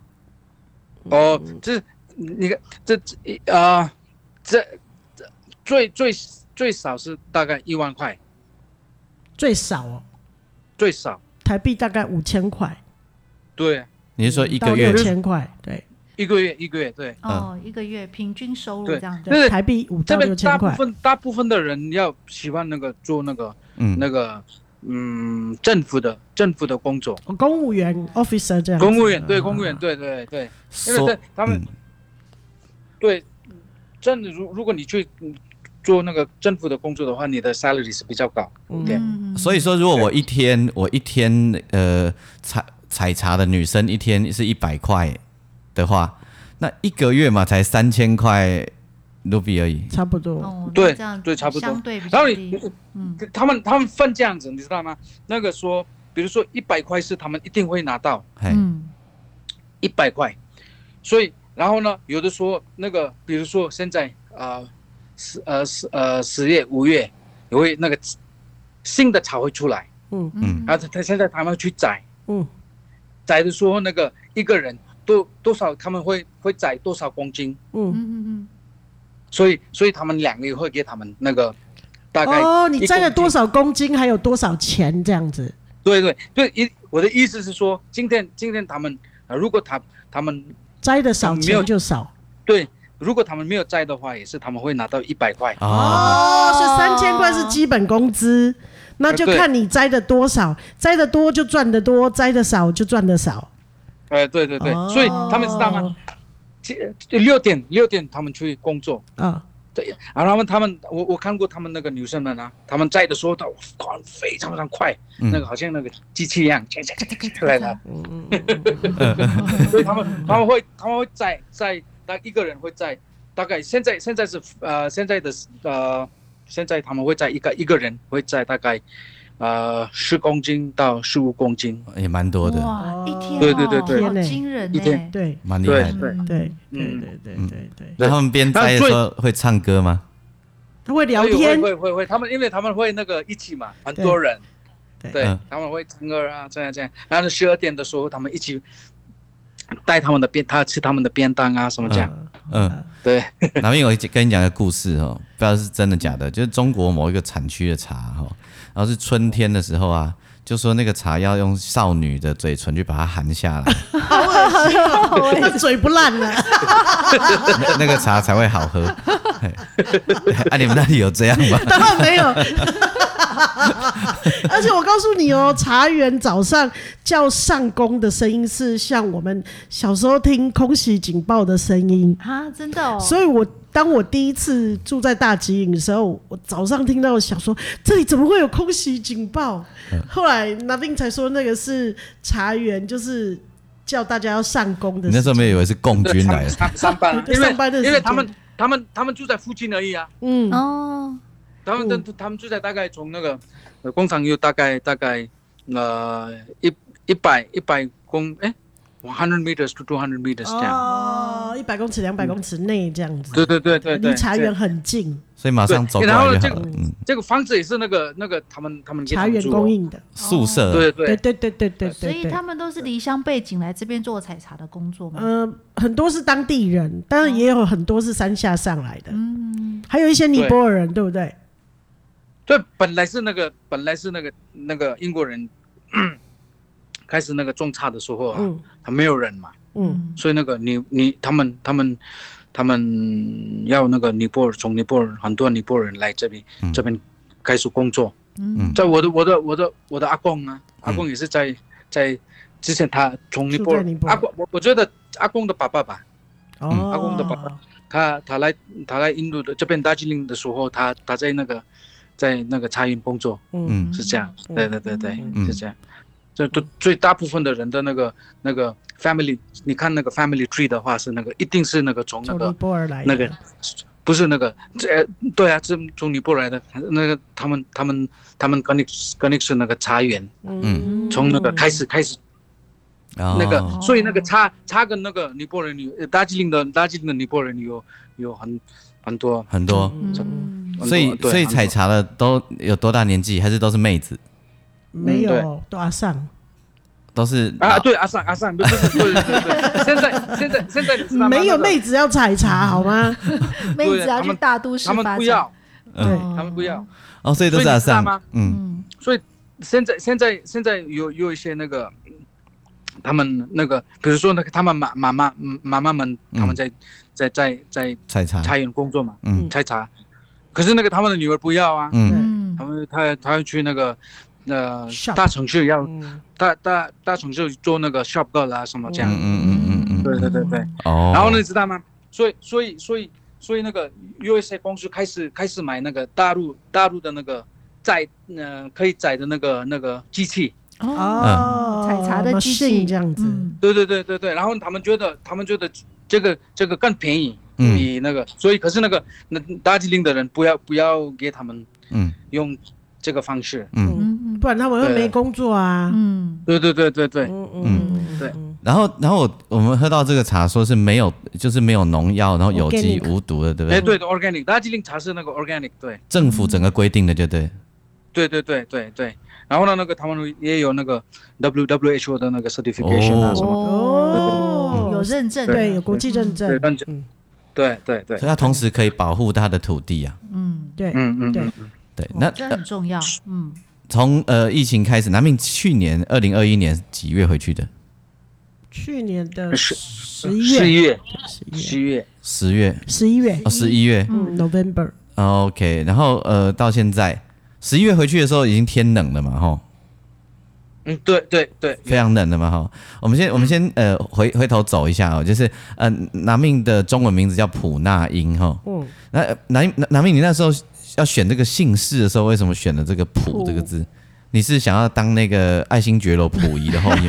Speaker 3: 哦，这你看这这啊、这这呃最最最少是大概一万块，
Speaker 2: 最少哦，
Speaker 3: 最少
Speaker 2: 台币大概五千块
Speaker 3: 对
Speaker 1: 你是说一
Speaker 2: 到
Speaker 1: 个
Speaker 2: 六
Speaker 1: 月？
Speaker 2: 千块，对
Speaker 3: 一个月一个月对。
Speaker 2: 嗯
Speaker 4: 哦，一个月平均收入
Speaker 3: 对
Speaker 4: 这样子，
Speaker 3: 就是
Speaker 2: 对，台币五
Speaker 3: 这
Speaker 2: 到
Speaker 3: 边
Speaker 2: 六
Speaker 3: 大
Speaker 2: 千
Speaker 3: 部
Speaker 2: 块。
Speaker 3: 分大部分的人要喜欢那个做那个、
Speaker 1: 嗯，
Speaker 3: 那个嗯政府的政府的工作，
Speaker 2: 哦公务员 officer 这样子，
Speaker 3: 公务员对公务员
Speaker 2: 啊，
Speaker 3: 对对对，因为
Speaker 1: 说
Speaker 3: 在他们、
Speaker 1: 嗯
Speaker 3: 对政如如果你去嗯做那个政府的工作的话，你的 salary 是比较高，
Speaker 2: 嗯
Speaker 3: 对，
Speaker 4: 嗯，
Speaker 1: 所以说，如果我一天我一天呃采采茶的女生一天是一百块的话，那一个月嘛才三千块卢比而已。
Speaker 2: 差不多。
Speaker 4: 哦，那
Speaker 3: 对
Speaker 4: 这样
Speaker 3: 对差不多
Speaker 4: 相对比
Speaker 3: 然
Speaker 4: 较
Speaker 3: 后
Speaker 4: 低
Speaker 3: 你，
Speaker 4: 嗯，
Speaker 3: 他们他们分这样子，你知道吗？那个说，比如说一百块是他们一定会拿到
Speaker 2: 哎
Speaker 1: 嘿，
Speaker 4: 嗯
Speaker 3: 一百块，所以然后呢，有的说那个，比如说现在啊，十呃十呃十月五月也会那个新的草会出来，
Speaker 2: 嗯
Speaker 1: 嗯
Speaker 3: 然后他现在他们去摘，
Speaker 2: 嗯，
Speaker 3: 摘的时候那个一个人多多少他们会会摘多少公斤，
Speaker 4: 嗯
Speaker 2: 嗯，
Speaker 4: 嗯
Speaker 3: 所以所以他们两个月会给他们那个大概
Speaker 2: 哦，你
Speaker 3: 一
Speaker 2: 占了
Speaker 3: 公斤
Speaker 2: 多少公斤，还有多少钱这样子？
Speaker 3: 对对对，一我的意思是说，今天今天他们呃，如果他他们
Speaker 2: 摘的少，
Speaker 3: 嗯没有
Speaker 2: 钱就少。
Speaker 3: 对，如果他们没有摘的话，也是他们会拿到一百块。
Speaker 1: 哦，
Speaker 2: 哦，所以三千块是基本工资，那就
Speaker 3: 呃对
Speaker 2: 看你摘的多少，摘的多就赚的多，摘的少就赚的少。
Speaker 3: 哎、对对对，
Speaker 2: 哦
Speaker 3: 所以他们知道吗？其六点六点他们去工作，
Speaker 2: 啊，
Speaker 3: 对，然后他们他们我我看过他们那个女生们啊，他们摘的时候，她哇非常非常快，那个好像那个机器一样，咔咔咔咔咔出来了。所以他们他们会他们会在在那一个人会在大概现在现在是呃现在的呃现在他们会在一个一个人会在大概呃十公斤到十五公斤，
Speaker 1: 也蛮多
Speaker 4: 嗯，
Speaker 1: 的，
Speaker 4: 哇，
Speaker 2: 哦
Speaker 4: 一天
Speaker 3: 对对对对
Speaker 4: 好惊人
Speaker 3: 一
Speaker 4: 呢，
Speaker 3: 天
Speaker 2: 对
Speaker 1: 蛮厉害的。
Speaker 3: 对
Speaker 4: 嗯
Speaker 2: 对对
Speaker 3: 嗯
Speaker 2: 对对对对，
Speaker 1: 那他们边摘的时候会唱歌吗？
Speaker 2: 他会聊
Speaker 3: 哎呦
Speaker 2: 天，
Speaker 3: 会会会会，他们因为他们会那个一起嘛，很多人，
Speaker 2: 对
Speaker 3: 对
Speaker 1: 嗯，
Speaker 3: 他们会唱歌啊这样这样，然后十二点的时候他们一起带他们的便，他吃他们的便当啊什么这样，
Speaker 1: 嗯，
Speaker 3: 对，
Speaker 1: 南明，我跟你讲个故事哦，不知道是真的假的，就是中国某一个产区的茶哈、哦，然后是春天的时候啊，就说那个茶要用少女的嘴唇去把它含下来，
Speaker 2: 好恶心
Speaker 3: 哎
Speaker 2: 哦，那嘴不烂了。 [laughs]
Speaker 1: 那那个茶才会好喝。嘿啊，你们那里有这样吗？
Speaker 2: 当然没有。 [laughs] 而且我告诉你哦，茶园早上叫上工的声音是像我们小时候听空袭警报的声音，
Speaker 4: 啊，真的哦，
Speaker 2: 所以我当我第一次住在大吉岭的时候，我早上听到想说这里怎么会有空袭警报？后来 Nothing 才说那个是茶园，就是叫大家要上工的
Speaker 1: 你那
Speaker 2: 时
Speaker 1: 时候
Speaker 2: 间。
Speaker 1: 没有以为是共 [laughs] 军来了？
Speaker 3: 上上班啊，因
Speaker 2: [laughs] 上班的时
Speaker 3: 为
Speaker 2: 间
Speaker 3: 因为他们他们他们住在附近而已啊。
Speaker 2: 嗯，
Speaker 4: 哦，
Speaker 3: 他们
Speaker 2: 嗯
Speaker 3: 他他们就在大概从那个呃工厂有大概大概呃一一百一百公哎100 meters to 200 meters down.
Speaker 2: 哦，一百公尺、两百公尺内这样子，
Speaker 3: 对对对对对，
Speaker 2: 离茶园很近，
Speaker 1: 所以马上走过
Speaker 3: 对然后
Speaker 1: 来就
Speaker 3: 这
Speaker 1: 好
Speaker 3: 个
Speaker 1: 了。嗯，
Speaker 3: 这个房子也是那个那个他们他们给他
Speaker 2: 茶
Speaker 3: 们
Speaker 2: 园
Speaker 3: 住哦
Speaker 2: 供，应的，
Speaker 1: 宿舍
Speaker 3: 对
Speaker 2: 对
Speaker 3: 对
Speaker 2: 对对对对
Speaker 4: 所
Speaker 2: 对
Speaker 4: 以
Speaker 2: 对
Speaker 4: 他。们都是离乡背景来这边做采茶的工作嘛。
Speaker 2: 呃，很多是当地人，当然也有很多是山下上来的，还有一些尼泊尔人，对不对？
Speaker 3: 对，本来是那个本来是那个那个英国人 [coughs] 开始那个种茶的时候啊，
Speaker 2: 嗯
Speaker 3: 他没有人嘛，
Speaker 2: 嗯，
Speaker 3: 所以那个你你他们他们他们要那个尼泊尔从尼泊尔很多尼泊尔人来这边
Speaker 1: 嗯
Speaker 3: 这边开始工作，
Speaker 4: 嗯
Speaker 3: 在我的我的我的我的阿公啊，阿公也是在在之前他从尼泊尔
Speaker 2: 住在尼泊尔
Speaker 3: 阿公我我觉得阿公的爸爸吧，
Speaker 2: 哦，
Speaker 3: 阿公的爸爸他他来他来印度的这边大吉林的时候，他他在那个在那个茶园工作，
Speaker 2: 嗯
Speaker 1: 嗯
Speaker 3: 是这样，
Speaker 2: 嗯
Speaker 3: 对对对对，
Speaker 1: 嗯
Speaker 3: 是这样。这都最大部分的人的那个那个 family，你看那个 family tree 的话，是那个一定是那个从那
Speaker 2: 从
Speaker 3: 个
Speaker 2: 尼泊尔来的
Speaker 3: 那个不是那个这对啊，这从尼泊尔来的那个他们他们他们 connect connection 那个茶园，
Speaker 2: 嗯
Speaker 3: 从那个开始开始
Speaker 1: 哦
Speaker 3: 那个，所以那个
Speaker 4: 哦
Speaker 3: 茶茶跟那个尼泊尔人有，呃大吉林的大吉林的尼泊尔人有有很很多，
Speaker 1: 很多，
Speaker 4: 嗯，
Speaker 3: 很多
Speaker 1: 所以
Speaker 3: 对
Speaker 1: 所以
Speaker 3: 很
Speaker 1: 采
Speaker 3: 多
Speaker 1: 茶的都有多大年纪？还是都是妹子？
Speaker 2: 没
Speaker 3: 嗯
Speaker 2: 有都阿上，
Speaker 1: 都是
Speaker 3: 啊，对阿尚阿尚，不是不是不是不是不是，现在现在现在你知道吗
Speaker 2: 没有
Speaker 3: 那个
Speaker 2: 妹子要采茶好吗？
Speaker 4: 妹子
Speaker 3: 对
Speaker 4: 要
Speaker 3: 他
Speaker 4: 去
Speaker 3: 们
Speaker 4: 大都市
Speaker 3: 他
Speaker 4: 发
Speaker 3: 们
Speaker 4: 展，
Speaker 3: 不要，
Speaker 2: 嗯
Speaker 3: 嗯
Speaker 2: 对
Speaker 4: 哦
Speaker 3: 他们不要。
Speaker 1: 哦，所以都是
Speaker 3: 所以
Speaker 1: 阿
Speaker 3: 你知道
Speaker 1: 上
Speaker 3: 吗。
Speaker 1: 嗯，
Speaker 4: 嗯
Speaker 3: 所以现在现在现在有有一些那个，他们那个，比如说那个他们妈妈妈妈妈们，
Speaker 1: 嗯
Speaker 3: 他们在、在在在
Speaker 1: 采茶，
Speaker 3: 茶园工作嘛，
Speaker 1: 嗯
Speaker 3: 采茶，可是那个他们的女儿不要啊，
Speaker 1: 嗯
Speaker 4: 嗯
Speaker 3: 他们他他要去那个。呃
Speaker 2: Shop，
Speaker 3: 大城市要
Speaker 2: 嗯
Speaker 3: 大大大城市做那个 shop girl 啊什么这
Speaker 1: 嗯
Speaker 3: 样，
Speaker 1: 嗯嗯嗯嗯，
Speaker 3: 对对对对。
Speaker 1: 哦，
Speaker 3: 然后呢，你知道吗？所以所以所以所以那个有一些公司开始开始买那个大陆大陆的那个载呃可以载的那个那个机器，
Speaker 2: 哦，
Speaker 4: 采茶的机器
Speaker 2: machine 这样子，
Speaker 4: 嗯
Speaker 3: 对对对对对，然后他们觉得他们觉得这个这个更便宜，
Speaker 1: 嗯
Speaker 3: 比那个，所以可是那个那大吉林的人不要不要给他们
Speaker 1: 嗯
Speaker 3: 用这个方式，
Speaker 1: 嗯，
Speaker 4: 嗯
Speaker 2: 不然他们会
Speaker 3: 对
Speaker 2: 没工作啊。
Speaker 4: 嗯
Speaker 3: 对对对对对，
Speaker 2: 嗯嗯
Speaker 3: 对
Speaker 1: 然后然后我我们喝到这个茶，说是没有，就是没有农药，然后有机
Speaker 2: Organic
Speaker 1: 无毒的，对不
Speaker 3: 哎
Speaker 1: 对？
Speaker 3: 对的 organic，大吉林茶是那个 organic，对
Speaker 1: 政府整个规定的，就对。
Speaker 3: 对对对对对，然后呢那个他们也有那个 WHO 的那个 certification 啊
Speaker 1: 哦
Speaker 3: 什么，
Speaker 2: 哦
Speaker 4: 有认证
Speaker 2: 嗯
Speaker 4: 的，
Speaker 2: 对，有国际认证
Speaker 3: 对，认证
Speaker 2: 嗯
Speaker 3: 对对对
Speaker 1: 所以，它同时可以保护它的土地啊。
Speaker 4: 嗯，
Speaker 2: 对，
Speaker 3: 嗯嗯
Speaker 2: 对
Speaker 3: 嗯，
Speaker 1: 对，那
Speaker 4: 哦这
Speaker 1: 呃
Speaker 4: 很重要，嗯，
Speaker 1: 从呃疫情开始，南明去年二零二一年几月回去的？
Speaker 2: 去年的
Speaker 3: 十
Speaker 2: 十一月
Speaker 3: 十一，月嗯
Speaker 2: 十一月，
Speaker 3: 十一月，
Speaker 2: 十
Speaker 1: 十月
Speaker 2: 一月，
Speaker 1: 哦，十一月。
Speaker 2: 嗯，November，
Speaker 1: OK，然后呃到现在十一月回去的时候已经天冷了嘛，吼。
Speaker 3: 嗯对对对，
Speaker 1: 非常冷的嘛哈。我们先我们先呃回回头走一下哦，就是呃南命的中文名字叫普纳英哈。
Speaker 2: 嗯，
Speaker 1: 那呃南南南命，你那时候要选这个姓氏的时候，为什么选了这个普
Speaker 2: 普
Speaker 1: 这个字？你是想要当那个爱新觉罗溥仪的后面？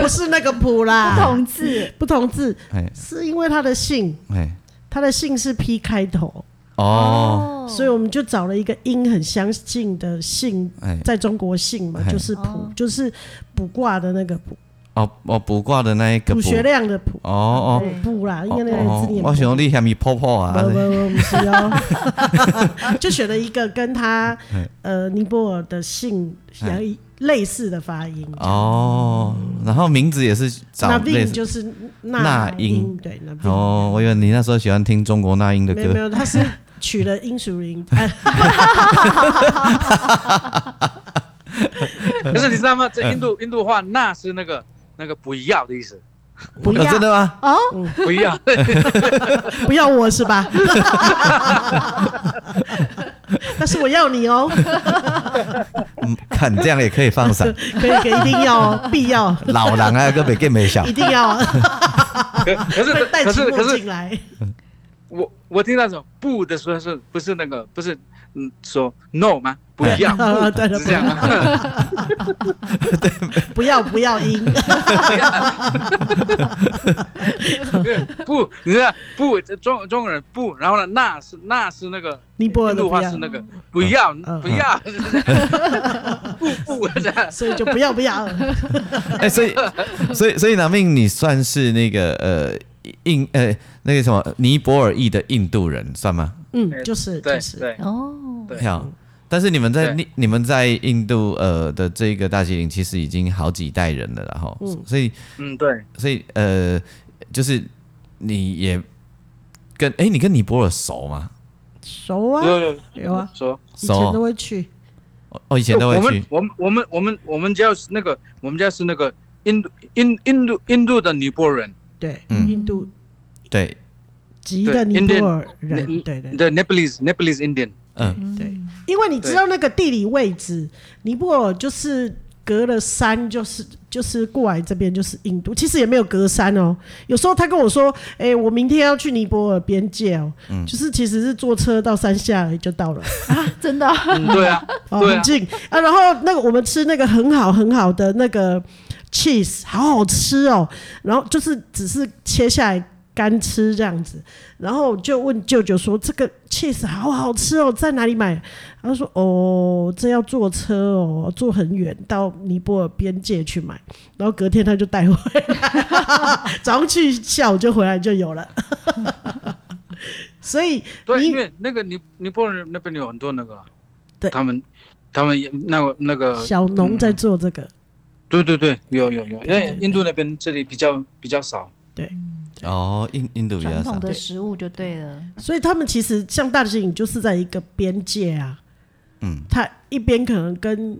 Speaker 2: 不是那个普
Speaker 4: 不
Speaker 2: 啦，
Speaker 4: 同字，
Speaker 2: 不同字，
Speaker 1: 哎
Speaker 2: 是因为他的姓，
Speaker 1: 哎
Speaker 2: 他的姓是 P 开头，
Speaker 1: 哦
Speaker 2: 所以我们就找了一个音很相近的姓，
Speaker 1: 哎
Speaker 2: 在中国姓嘛，
Speaker 1: 哎
Speaker 2: 就是普
Speaker 4: 哦，
Speaker 2: 就是卜卦的那个卜，
Speaker 1: 哦哦，卜卦的那一
Speaker 2: 卜
Speaker 1: 个卜
Speaker 2: 学亮的卜，
Speaker 1: 哦哦
Speaker 4: 对
Speaker 2: 卜啦，应该那个字
Speaker 1: 哦，
Speaker 2: 念卜
Speaker 1: 我。想你下面泡泡啊
Speaker 2: 不，不不，不是哦，就选了一个跟他呃尼泊尔的姓相类似的发音。
Speaker 1: 哦，然后名字也是找
Speaker 2: 那
Speaker 1: 类
Speaker 2: n
Speaker 1: 似
Speaker 2: 就是
Speaker 1: 那
Speaker 2: 那
Speaker 1: 英
Speaker 2: 英，对，那
Speaker 1: 哦，我以为你那时候喜欢听中国那英的
Speaker 2: 没有没
Speaker 1: 歌，哦
Speaker 2: 有，他是取了英属林，哎
Speaker 3: 可是你知道吗？在印度印度话，那是那个那个不要的意 [laughs] 思，
Speaker 4: 不
Speaker 1: 哦
Speaker 4: 要
Speaker 1: 真的吗？
Speaker 4: 哦，
Speaker 3: 不 [laughs] 要。
Speaker 2: 不要我是吧？但是我要你哦，
Speaker 1: 嗯，看这样也可以
Speaker 2: [laughs]
Speaker 1: 放闪。
Speaker 2: 可以可以，一定要哦，必要，
Speaker 1: 老人啊，个别更没
Speaker 2: [laughs]
Speaker 1: 小
Speaker 2: 一。定要哦，
Speaker 3: 可可是
Speaker 2: 会带
Speaker 3: 可
Speaker 2: 题
Speaker 3: 是
Speaker 2: 目
Speaker 3: 可是
Speaker 2: 进来。
Speaker 3: 我我听那种不的时候是不是那个不是嗯说 no 吗？不
Speaker 2: [laughs]
Speaker 3: 要，
Speaker 2: 啊，对了，
Speaker 3: 是这样吗？
Speaker 2: [laughs]
Speaker 3: [laughs]
Speaker 2: 不要不要赢，
Speaker 3: 不，你知道不中中国人不，然后呢，那是那是那个
Speaker 2: 尼泊尔
Speaker 3: 印
Speaker 2: 的
Speaker 3: 度
Speaker 2: 不
Speaker 3: 话
Speaker 2: 要
Speaker 3: 是，那个不要
Speaker 2: 嗯
Speaker 3: 不要，不不
Speaker 2: [laughs]
Speaker 3: 这样 [laughs]
Speaker 2: 所以就不要不要。
Speaker 1: 哎、所以所以所以南命，你算是那个呃印呃那个什么尼泊尔裔的印度人算吗？
Speaker 2: 嗯，
Speaker 3: [laughs] 对
Speaker 2: 就是
Speaker 3: 对
Speaker 2: 就是，
Speaker 3: 对
Speaker 4: 哦，
Speaker 3: 对
Speaker 1: 好，但是你们在
Speaker 3: 对
Speaker 1: 你你们在印度呃的这个大吉岭，其实已经好几代人了，然后、所以
Speaker 3: 嗯对，
Speaker 1: 所以呃就是你也跟哎、你跟尼泊尔熟吗？
Speaker 2: 熟啊，
Speaker 3: 有有
Speaker 2: 有啊，
Speaker 3: 说
Speaker 2: 以
Speaker 1: 熟
Speaker 2: 前都
Speaker 1: 哦，
Speaker 2: 会去。
Speaker 1: 哦以前都
Speaker 3: 我
Speaker 1: 会
Speaker 3: 们
Speaker 1: 去
Speaker 3: 我们我们我们我们家是那个我们家是那个印度印印度印度的尼泊尔人，
Speaker 2: 对，
Speaker 1: 嗯
Speaker 2: 印度
Speaker 1: 对，
Speaker 2: 籍的尼
Speaker 3: 对
Speaker 2: 泊尔人，
Speaker 3: Indian-
Speaker 2: 对对
Speaker 3: 对 Nepalese Nepalese Indian，
Speaker 1: 嗯
Speaker 2: 对，因为你知道那个地理位置，尼泊尔就是隔了山，就是就是过来这边就是印度，其实也没有隔山哦。有时候他跟我说：“哎、我明天要去尼泊尔边界哦。
Speaker 1: 嗯
Speaker 2: 就是其实是坐车到山下而已就到了，
Speaker 4: 真
Speaker 1: [laughs]
Speaker 4: 的哦，
Speaker 3: 嗯对啊
Speaker 2: 哦，
Speaker 3: 对
Speaker 2: 很
Speaker 3: 啊，
Speaker 2: 近啊。然后那个我们吃那个很好很好的那个 cheese，好好吃哦。然后就是只是切下来干吃这样子。然后我就问舅舅说：“这个 cheese 好好吃哦，在哪里买？”他说：“哦，这要坐车哦，坐很远到尼泊尔边界去买。”然后隔天他就带回来，早上去，下午就回来就有了。 [laughs] 所以
Speaker 3: 对，
Speaker 2: 你
Speaker 3: 因为那个尼尼泊尔人那边有很多那个，啊
Speaker 2: 对
Speaker 3: 他们他们也那个那个嗯
Speaker 2: 小农在做这个。
Speaker 3: 对对对，有有有，因为印度那边这里比较比较少。
Speaker 1: 哦印印度比较
Speaker 4: 传
Speaker 1: 少
Speaker 4: 统，的食物就对了。
Speaker 2: 所以他们其实像大吉岭就是在一个边界啊，
Speaker 1: 嗯，
Speaker 2: 它一边可能跟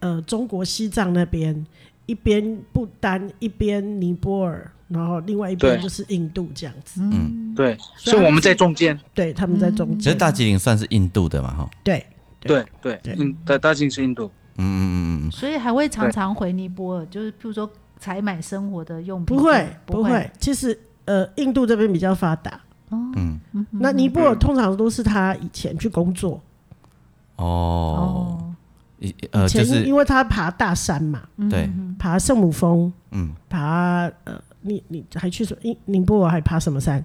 Speaker 2: 呃中国西藏那边，一边不丹，一边尼泊尔，然后另外一边
Speaker 3: 对
Speaker 2: 就是印度这样子。
Speaker 1: 嗯，
Speaker 3: 对，
Speaker 2: 所以
Speaker 3: 所以我们在中间。
Speaker 2: 对，他们在中
Speaker 1: 其实
Speaker 2: 间。
Speaker 1: 大吉岭算是印度的嘛哈，
Speaker 2: 对，
Speaker 3: 对对，嗯，大大庆是印度。
Speaker 1: 嗯嗯嗯嗯
Speaker 4: 所以还会常常回尼泊尔，就是譬如说采买生活的用品，
Speaker 2: 不会
Speaker 4: 不
Speaker 2: 不会，其实呃印度这边比较发达，
Speaker 1: 嗯
Speaker 2: 那尼泊尔通常都是他以前去工作，
Speaker 1: 哦，
Speaker 4: 哦，
Speaker 1: 一
Speaker 2: 以
Speaker 1: 呃
Speaker 2: 前
Speaker 1: 就是
Speaker 2: 因为他爬大山嘛，
Speaker 1: 对，
Speaker 2: 爬圣母峰，
Speaker 1: 嗯，
Speaker 2: 爬呃你你还去什么？宁宁波尔还爬什么山？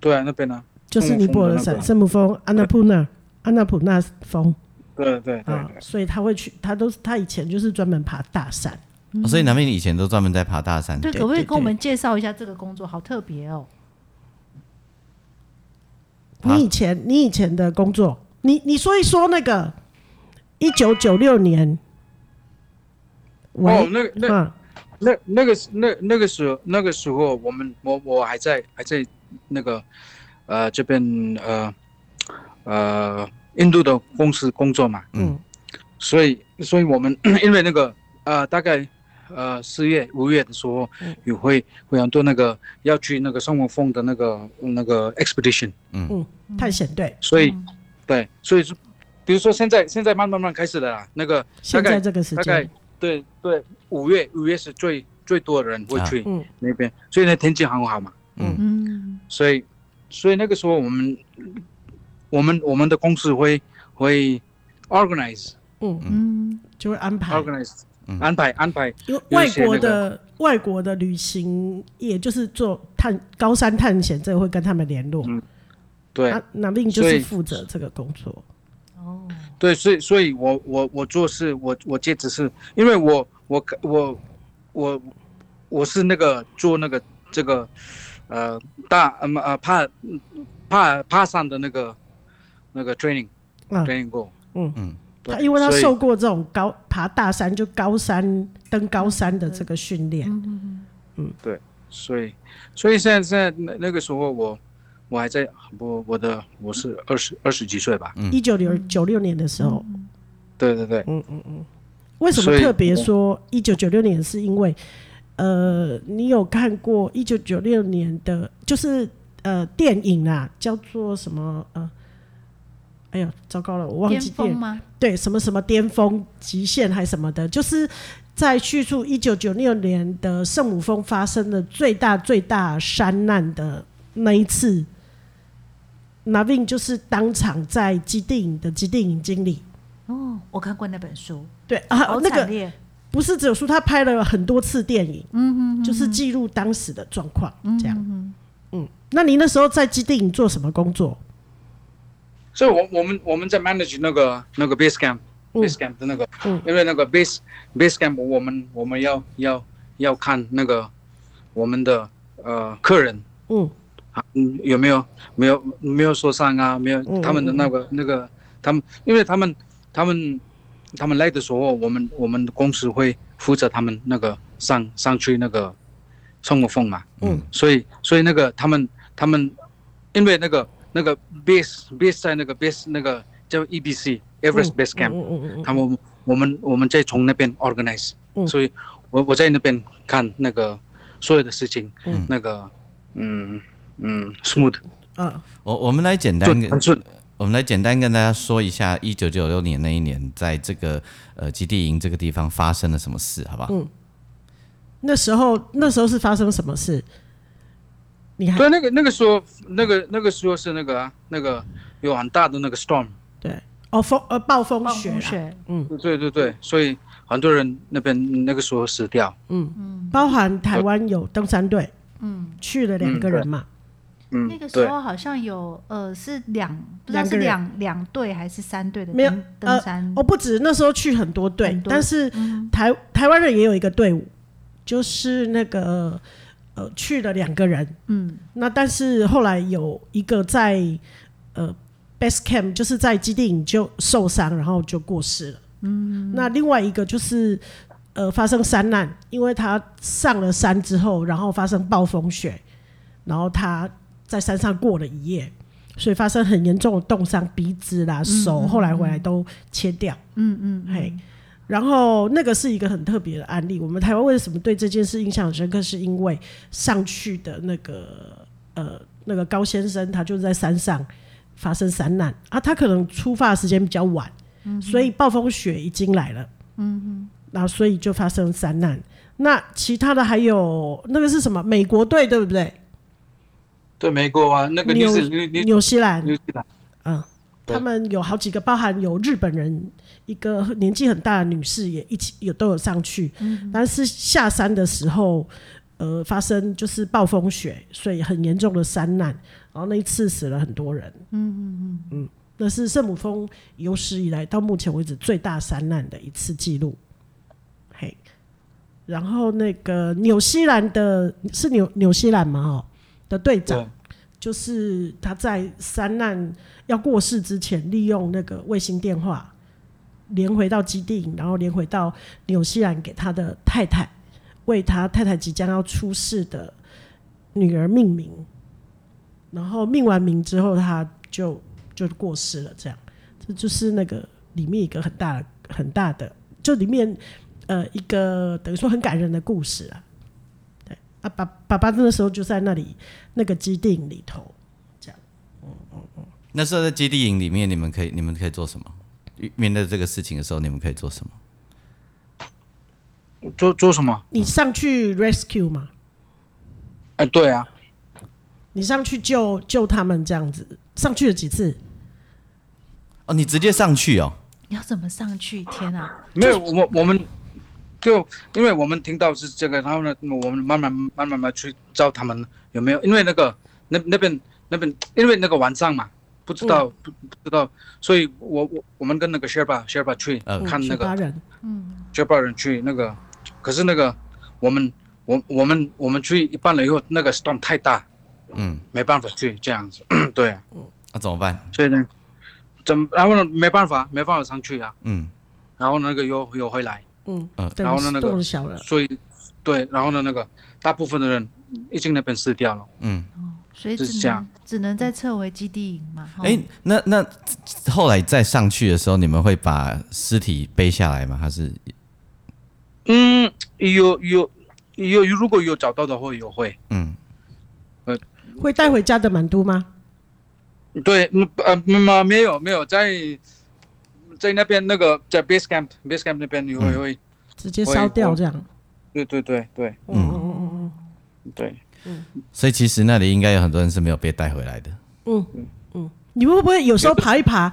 Speaker 3: 对啊，那边呢？
Speaker 2: 就是尼泊尔的
Speaker 3: 圣母峰的
Speaker 2: 山，圣母
Speaker 3: 那个
Speaker 2: 峰安纳普纳安纳普纳峰
Speaker 3: 对对对
Speaker 2: 啊，所以他会去，他都是他以前就是专门爬大山，
Speaker 1: 哦所以南面以前都专门在爬大山，
Speaker 4: 对，
Speaker 2: 对
Speaker 4: 可不可以
Speaker 2: 对
Speaker 4: 跟我们介绍一下这个工作？好特别哦，
Speaker 1: 啊
Speaker 2: 你以前你以前的工作，你你说一说那个一九九六年，
Speaker 3: 哦
Speaker 2: 喂，，
Speaker 3: 那个那
Speaker 2: 嗯，
Speaker 3: 那那个那那个时候那个时候，我们我我还在还在那个呃这边呃呃印度的公司工作嘛。
Speaker 2: 嗯。
Speaker 3: 所以所以我们因为那个呃大概。呃，四月、五月的时候，
Speaker 2: 嗯
Speaker 3: 也会会很多那个要去那个圣母峰的那个那个 expedition，
Speaker 2: 嗯，探险队，
Speaker 3: 所以，对，所以是，比如说现在现在慢慢慢开始了啦，那个大
Speaker 2: 现在
Speaker 3: 概
Speaker 2: 这个时
Speaker 3: 大概
Speaker 2: 间，
Speaker 3: 对对，五月五月是最最多的人会
Speaker 1: 啊
Speaker 3: 去
Speaker 2: 嗯
Speaker 3: 那边，所以呢天气很好嘛，
Speaker 4: 嗯，
Speaker 3: 所以所以那个时候我们我们我们的公司会会 organize
Speaker 2: 嗯，
Speaker 4: 嗯，
Speaker 2: 就会安排，
Speaker 3: organize
Speaker 1: 嗯
Speaker 3: 安排安排，
Speaker 2: 因为
Speaker 3: 有
Speaker 2: 外
Speaker 3: 一些
Speaker 2: 国
Speaker 3: 那个
Speaker 2: 的外国的旅行业就是做探高山探险，这个会跟他们联络，
Speaker 3: 嗯对
Speaker 2: 啊，那令就
Speaker 3: 所
Speaker 2: 是
Speaker 3: 以
Speaker 2: 负责这个工作，
Speaker 4: 哦，
Speaker 3: 对，所以所以我我我做事我我接只是因为我我我我我是那个做那个这个呃大嗯呃怕怕怕上的那个那个 training
Speaker 2: 嗯
Speaker 3: training go，
Speaker 2: 嗯
Speaker 1: 嗯，
Speaker 3: 对
Speaker 2: 他因为他
Speaker 3: 所以
Speaker 2: 受过这种高爬大山就高山登高山的这个训练，
Speaker 3: 嗯所以，所以现在现在那那个时候我，我还在我我的我是二十二十几岁吧，
Speaker 2: 一九六九六年的时候，
Speaker 3: 对对对，
Speaker 2: 为什么
Speaker 3: 所以嗯
Speaker 2: 特别说一九九六年？是因为呃，你有看过一九九六年的，就是呃电影啊，叫做什么呃。哎呀，糟糕了，我忘
Speaker 4: 巅
Speaker 2: 记电
Speaker 4: 峰吗？
Speaker 2: 对什么什么巅峰极限还什么的，就是在叙述一九九六年的圣母峰发生的最大最大山难的那一次 Navin 就是当场在基地营的基地营经理。
Speaker 4: 哦，我看过那本书，
Speaker 2: 对啊
Speaker 4: 好，
Speaker 2: [laughs] 那
Speaker 4: 惨
Speaker 2: 个
Speaker 4: 烈，
Speaker 2: 不是只有书，他拍了很多次电影，
Speaker 4: 嗯嗯，
Speaker 2: 就是记录当时的状况，这样。
Speaker 4: 嗯
Speaker 2: 那你那时候在基地营做什么工作？
Speaker 3: 所以我我们我们在 manage 那个那个 base camp
Speaker 2: 嗯
Speaker 3: base camp 的那个，
Speaker 2: 嗯
Speaker 3: 因为那个 base base camp 我们我们要要要看那个我们的呃客人
Speaker 2: 嗯
Speaker 3: 啊，嗯有没有没有没有受伤啊，没有
Speaker 2: 嗯
Speaker 3: 他们的那个那个他们，因为他们他们他们来的时候，我们我们公司会负责他们那个上上去那个冲个缝嘛，
Speaker 2: 嗯
Speaker 3: 所以所以那个他们他们，因为那个那个 base base 在那个 base 那个叫 EBC Everest Base Camp，、
Speaker 2: 嗯嗯嗯嗯
Speaker 3: 他们我们我们再从那边 organize，、
Speaker 2: 嗯
Speaker 3: 所以我我在那边看那个所有的事情，
Speaker 2: 嗯
Speaker 3: 那个嗯嗯 smooth
Speaker 2: 嗯啊，
Speaker 1: 我我们来简单
Speaker 3: 就很顺，
Speaker 1: 我们来简单跟大家说一下，一九九六年那一年，在这个呃基地营这个地方发生了什么事，好不好？
Speaker 2: 嗯那时候那时候是发生什么事？你还
Speaker 3: 对，那个那个时候那个那个时候是那个啊那个有很大的那个 storm，
Speaker 2: 对哦风呃暴风
Speaker 4: 嗯，暴
Speaker 2: 雪
Speaker 4: 风
Speaker 2: 啦，
Speaker 4: 雪，
Speaker 3: 对对对，所以很多人那边那个时候死掉，
Speaker 2: 包含台湾有登山队
Speaker 4: 嗯，
Speaker 2: 去了两个人嘛，
Speaker 3: 嗯，
Speaker 4: 那个时
Speaker 3: 对
Speaker 4: 候好像有呃是两，不知道
Speaker 2: 两个
Speaker 4: 是
Speaker 2: 人
Speaker 4: 两两队还是三队的
Speaker 2: 没有
Speaker 4: 登
Speaker 2: 呃
Speaker 4: 登山
Speaker 2: 哦，不止那时候去很多嗯队
Speaker 4: 很，多
Speaker 2: 但是台台湾人也有一个队伍，就是那个呃去了两个人，
Speaker 4: 嗯，
Speaker 2: 那但是后来有一个在呃 base camp，就是在基地营就受伤，然后就过世了。嗯，那另外一个就是呃发生山难，因为他上了山之后，然后发生暴风雪，然后他在山上过了一夜，所以发生很严重的冻伤，鼻子啦、手，后来回来都切掉。嗯嗯，嘿。然后那个是一个很特别的案例。我们台湾为什么对这件事印象很深刻，是因为上去的那个呃那个高先生，他就是在山上发生山难啊，他可能出发的时间比较晚，所以暴风雪已经来了，嗯那所以就发生山难。那其他的还有那个是什么？美国队对不对？
Speaker 3: 对美国啊那个你
Speaker 2: 纽
Speaker 3: 是你你
Speaker 2: 纽西兰，
Speaker 3: 你知道
Speaker 2: 嗯，
Speaker 3: 对
Speaker 2: 他们有好几个，包含有日本人，一个年纪很大的女士也一起有都有上去，但是下山的时候，呃，发生就是暴风雪，所以很严重的山难，然后那一次死了很多人。嗯嗯嗯那是圣母峰有史以来到目前为止最大山难的一次记录。嘿，然后那个纽西兰的是纽纽西兰嘛？哦，的队长
Speaker 3: 对。
Speaker 2: 就是他在山难要过世之前，利用那个卫星电话连回到基地，然后连回到纽西兰给他的太太，为他太太即将要出世的女儿命名。然后命完名之后，他就就过世了。这样，这就是那个里面一个很大的、很大的，就里面呃一个等于说很感人的故事啊。对啊，爸爸爸那时候就在那里那个基地里头，
Speaker 1: 那时候在基地营里面，你们可以你们可以做什么？面对这个事情的时候，你们可以做什么？
Speaker 3: 做做什么？
Speaker 2: 你上去 rescue 嘛，
Speaker 3: 哎，对啊，
Speaker 2: 你上去救救他们这样子，上去了几次？
Speaker 1: 哦，你直接上去哦，
Speaker 4: 你要怎么上去？天啊，
Speaker 3: 没有，我我们就因为我们听到是这个，然后呢，我们慢慢慢慢慢去找他们有没有，因为那个那那边那边，因为那个晚上嘛，不知道、不不知道，所以我我我们跟那个 Sherpa Sherpa 去、
Speaker 1: 嗯
Speaker 3: 呃看那
Speaker 2: 十八
Speaker 3: 个
Speaker 2: 人，嗯
Speaker 3: Sherpa 人去那个，可是那个我们我我们我们去一半了以后，那个 storm 太大，
Speaker 1: 嗯，
Speaker 3: 没办法去这样子， [clears throat] 对啊，
Speaker 1: 那、怎么办？
Speaker 3: 所以呢，怎么然后呢，没办法没办法上去啊，
Speaker 1: 嗯，
Speaker 3: 然后那个又又回来。
Speaker 2: 嗯
Speaker 1: 嗯，
Speaker 2: 等
Speaker 3: 呃然后呢那个
Speaker 2: 动小了，
Speaker 3: 所以，对，然后呢，那个大部分的人已经那边死掉了。
Speaker 1: 嗯，
Speaker 4: 哦所以
Speaker 3: 就是
Speaker 4: 只
Speaker 3: 这
Speaker 4: 能
Speaker 3: 样
Speaker 4: 只能再撤回基地营嘛。哦
Speaker 1: 哎、那那后来再上去的时候，你们会把尸体背下来吗？还是
Speaker 3: 嗯，有有有，如果有找到的话，有会。
Speaker 1: 嗯
Speaker 2: 会带回家的满都吗？
Speaker 3: 对，嗯呃，没没有没有在在那边那个在 base camp base camp 那边有
Speaker 1: 嗯
Speaker 3: 有会，
Speaker 2: 直接烧掉这样？
Speaker 3: 对对对对
Speaker 2: 嗯嗯嗯嗯嗯。
Speaker 3: 对，
Speaker 1: 所以其实那里应该有很多人是没有被带回来的。
Speaker 2: 嗯
Speaker 3: 嗯
Speaker 2: 你们会不会有时候爬一爬，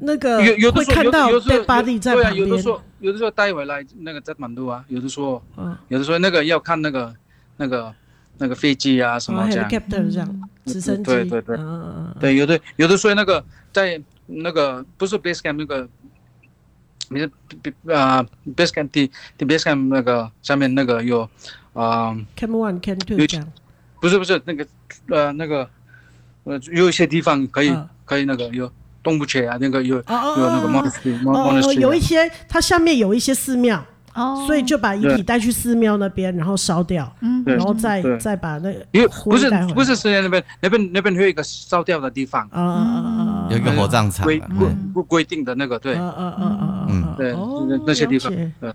Speaker 2: 那个
Speaker 3: 有有的
Speaker 2: 呃会
Speaker 3: 时候
Speaker 2: 看
Speaker 3: 有
Speaker 2: 到
Speaker 3: 的有的时候
Speaker 2: dead body 在
Speaker 3: 对啊，
Speaker 2: 旁
Speaker 3: 有
Speaker 2: 边
Speaker 3: 的？时候有的时候带回来那个在满都啊，有的时候
Speaker 2: 嗯，
Speaker 3: 有的时候那个要看那个那个那个飞机啊什
Speaker 2: 然后
Speaker 3: 么这样。
Speaker 2: 哦 helicopter 这样，直升机，
Speaker 3: 对对对
Speaker 2: 嗯嗯嗯
Speaker 3: 对，有的有的说那个在那个不是 base camp 那个，你是啊 base camp 的的 base camp 那个上面那个有啊、
Speaker 2: ，Cam one, Cam two
Speaker 3: 有
Speaker 2: 这样，
Speaker 3: 不是不是那个呃那个呃有一些地方可以、
Speaker 2: 嗯
Speaker 3: 可以那个有动物犬啊那个有、
Speaker 2: 哦哦
Speaker 3: 有那个
Speaker 2: 哦
Speaker 3: monastery
Speaker 2: 哦哦哦，
Speaker 3: monastery 啊
Speaker 2: 有一些它下面有一些寺庙，
Speaker 4: 哦，
Speaker 2: 所以就把遗体
Speaker 3: 对
Speaker 2: 带去寺庙那边，然后烧掉，
Speaker 4: 嗯，
Speaker 3: 对
Speaker 2: 然后再
Speaker 3: 对
Speaker 2: 再把那个
Speaker 3: 因为
Speaker 2: 灰
Speaker 3: 不是
Speaker 2: 带回来
Speaker 3: 不是是那边那边那边会有一个烧掉的地方，
Speaker 2: 啊啊啊啊啊啊
Speaker 1: 有一个火葬场
Speaker 3: 规
Speaker 1: 啊，
Speaker 3: 规
Speaker 2: 嗯
Speaker 3: 规规定的那个对。
Speaker 2: 啊啊啊啊啊啊啊！
Speaker 3: 对
Speaker 2: 哦
Speaker 3: 那那些地方
Speaker 2: 了解
Speaker 3: 对，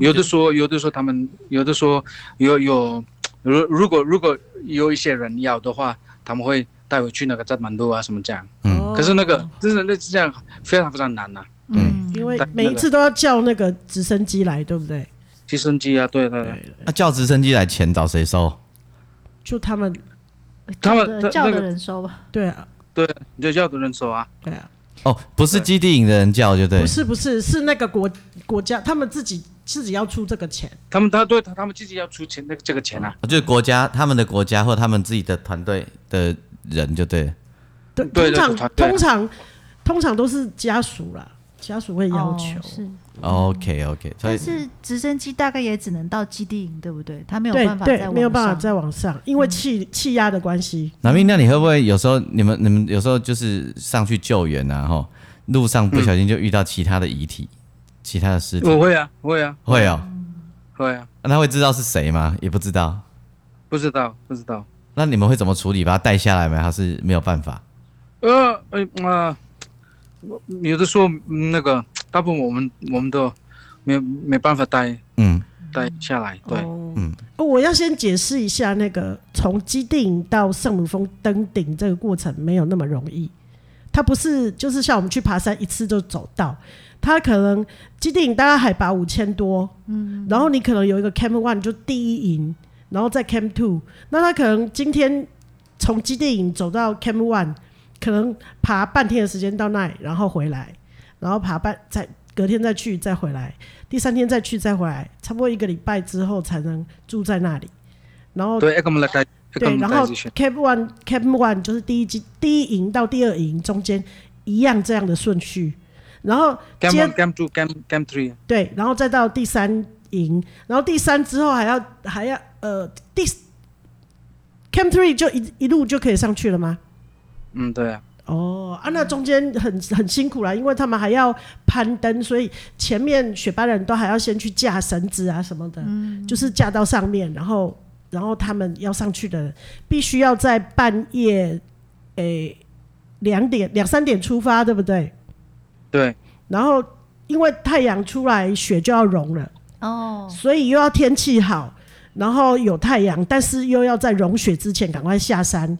Speaker 3: 有的说，有的说他们，有的说有有，如如果如果有一些人要的话，他们会带回去那个扎满都啊什么这样。
Speaker 2: 哦
Speaker 1: 嗯，
Speaker 3: 可是那个，就是那这样非常非常难呐、
Speaker 4: 嗯，
Speaker 2: 因为
Speaker 3: 但
Speaker 2: 每一次都要叫那个直升机来，对不对？
Speaker 3: 直升机啊，对对对，
Speaker 1: 那叫直升机来钱找谁收？
Speaker 2: 就他们
Speaker 3: 他们
Speaker 4: 叫的
Speaker 3: 他
Speaker 4: 呃叫
Speaker 3: 那
Speaker 4: 的
Speaker 3: 个
Speaker 4: 人收吧，
Speaker 2: 对啊，
Speaker 3: 对，就要的人手啊，
Speaker 2: 对啊，
Speaker 1: 哦，不是基地营的人叫就对
Speaker 2: 不，是不是是那个国国家，他们自己自己要出这个钱，
Speaker 3: 他们他对他他们自己要出钱那个这个钱啊，
Speaker 1: 哦就是国家他们的国家或他们自己的团队的人就对了。
Speaker 2: 对，
Speaker 3: 对
Speaker 2: 通
Speaker 3: 对
Speaker 2: 常
Speaker 3: 对
Speaker 2: 通常通常都是家属啦，家属会要求
Speaker 4: 哦，是，
Speaker 2: 嗯
Speaker 1: OK OK，所
Speaker 4: 但
Speaker 1: 以
Speaker 4: 是直升机大概也只能到基地营，对不对？它没有
Speaker 2: 对
Speaker 4: 办法
Speaker 2: 对
Speaker 4: 再，
Speaker 2: 没有办法
Speaker 4: 往上
Speaker 2: 再往上，因为气气压的关系，
Speaker 1: 南明，那你会不会有时候你们你们有时候就是上去救援啊，吼，路上不小心就遇到其他的遗体、
Speaker 4: 嗯
Speaker 1: 其他的尸体，
Speaker 3: 我会啊，会啊，
Speaker 1: 会哦，
Speaker 3: 会啊，
Speaker 1: 那他会知道是谁吗？也不知道。
Speaker 3: 不知道不知道，
Speaker 1: 那你们会怎么处理？把他带下来吗？还是没有办法？
Speaker 3: 呃呃呃，我有的时候嗯那个大部分我们我们都没有没办法带
Speaker 1: 嗯，
Speaker 3: 带下来，对，
Speaker 2: 哦
Speaker 1: 嗯
Speaker 2: 哦我要先解释一下那个从基地营到圣母峰登顶这个过程没有那么容易，它不是就是像我们去爬山一次就走到，它可能基地营大概海拔五千多，嗯，然后你可能有一个 Camp One 就第一营，然后再 Camp Two，那它可能今天从基地营走到 Camp One，可能爬半天的时间到那里，然后回来，然后爬半再隔天再去再回来，第三天再去再回来，差不多一个礼拜之后才能住在那里，然后
Speaker 3: 对，一个我们来带，一
Speaker 2: 哦
Speaker 3: 个我
Speaker 2: 对，
Speaker 3: 们
Speaker 2: 然
Speaker 3: 带
Speaker 2: 后
Speaker 3: 进去，
Speaker 2: Cap One Cap One 就是第一季第一营到第二营中间一样这样的顺序，然后
Speaker 3: Cam
Speaker 2: 接
Speaker 3: one, Cam two, Cam Cam three，
Speaker 2: 对，然后再到第三营，然后第三之后还要还要呃第 Cam Three 就一一路就可以上去了吗？
Speaker 3: 嗯，对啊，
Speaker 2: 哦啊，那中间很很辛苦啦，因为他们还要攀登，所以前面雪巴人都还要先去架绳子啊什么的，就是架到上面，然后然后他们要上去的人必须要在半夜，诶两点两三点出发，对不对？
Speaker 3: 对，
Speaker 2: 然后因为太阳出来，雪就要融了，
Speaker 4: 哦，
Speaker 2: 所以又要天气好，然后有太阳，但是又要在融雪之前赶快下山，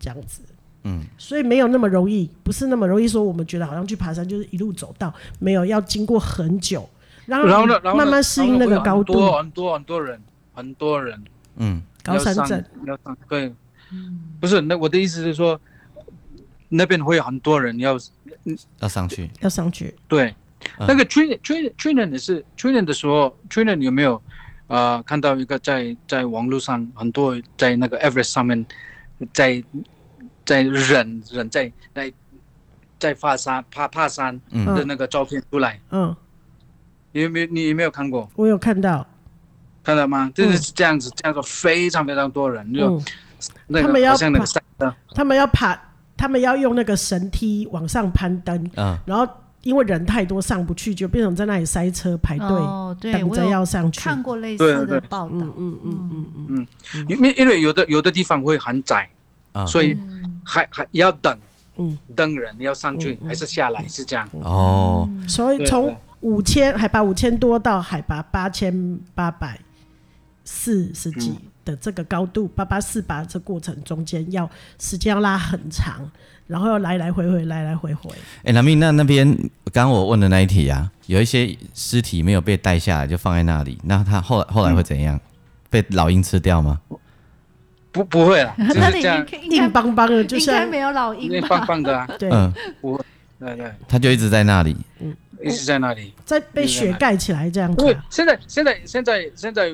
Speaker 2: 这样子。嗯，所以没有那么容易，不是那么容易说我们觉得好像去爬山就是一路走到，没有要经过很久，然后
Speaker 3: 然后呢，然后
Speaker 2: 嗯
Speaker 3: 呢
Speaker 2: 慢慢适应那个高
Speaker 3: 然
Speaker 2: 度
Speaker 3: 后，很多很多很多人，很多人
Speaker 1: 嗯，
Speaker 2: 高山
Speaker 3: 要上
Speaker 2: 症。
Speaker 3: 要上对，不是那我的意思是说，那边会有很多人要
Speaker 1: 要上去。
Speaker 2: 要上去。
Speaker 3: 对，
Speaker 1: 嗯
Speaker 3: 那个去去去年也是去年的时候，去年有没有呃看到一个在在网络上很多在那个 Everest 上面在在忍忍在在在爬山爬爬山
Speaker 1: 嗯
Speaker 3: 的那个照片出来，
Speaker 2: 嗯，
Speaker 3: 你有没有你有没有看过？
Speaker 2: 我有看到，
Speaker 3: 看到吗？就是这样子，这样子非常非常多人，就
Speaker 2: 嗯，
Speaker 3: 那
Speaker 2: 他们
Speaker 3: 个
Speaker 2: 要
Speaker 3: 好像那个
Speaker 2: 爬
Speaker 3: 山的，
Speaker 2: 他们要爬，他们要用那个绳梯往上攀登，
Speaker 3: 哦
Speaker 1: 嗯，
Speaker 2: 然后因为人太多上不去，就变成在那里塞车排队，
Speaker 4: 哦，对，
Speaker 2: 等
Speaker 4: 我
Speaker 2: 着
Speaker 4: 有
Speaker 2: 要上去。
Speaker 4: 看过类似
Speaker 3: 对
Speaker 4: 的
Speaker 3: 对
Speaker 4: 报道，
Speaker 2: 嗯嗯嗯嗯，
Speaker 3: 因为因为有的有的地方会很窄，
Speaker 1: 啊
Speaker 3: 所以还还要等，
Speaker 2: 嗯，
Speaker 3: 等人要上去还是下来是这样，
Speaker 1: 哦，
Speaker 2: 所以
Speaker 3: 对
Speaker 2: 从
Speaker 3: 对
Speaker 2: 五千海拔五千多到海拔八千八百四十几
Speaker 3: 嗯
Speaker 2: 的这个高度，八八四八这过程中间要时间要拉很长，然后要来来回回，来来回回。
Speaker 1: 哎、南明，那那边刚刚我问的那一题啊，有一些尸体没有被带
Speaker 2: 嗯
Speaker 1: 下来，就放在那里，那他后来后来会怎样？被老鹰吃掉吗？
Speaker 3: 不不
Speaker 2: [laughs]
Speaker 3: 会了，就
Speaker 4: [laughs] 那
Speaker 3: 是
Speaker 4: 里
Speaker 3: 这样，
Speaker 4: 应该
Speaker 2: 硬邦邦的，就
Speaker 4: 应该
Speaker 2: 像
Speaker 4: 没有老
Speaker 3: 那
Speaker 4: 鹰吧？
Speaker 3: 棒棒
Speaker 2: [laughs]
Speaker 3: 的、啊，
Speaker 2: 对，
Speaker 1: 嗯，
Speaker 3: 不会，对对，
Speaker 1: 他就一直在那里。
Speaker 3: 一直在那里。
Speaker 2: 在被雪盖起来这样
Speaker 3: 因
Speaker 2: 子
Speaker 3: 为
Speaker 2: 啊。
Speaker 3: 现在现在现在现在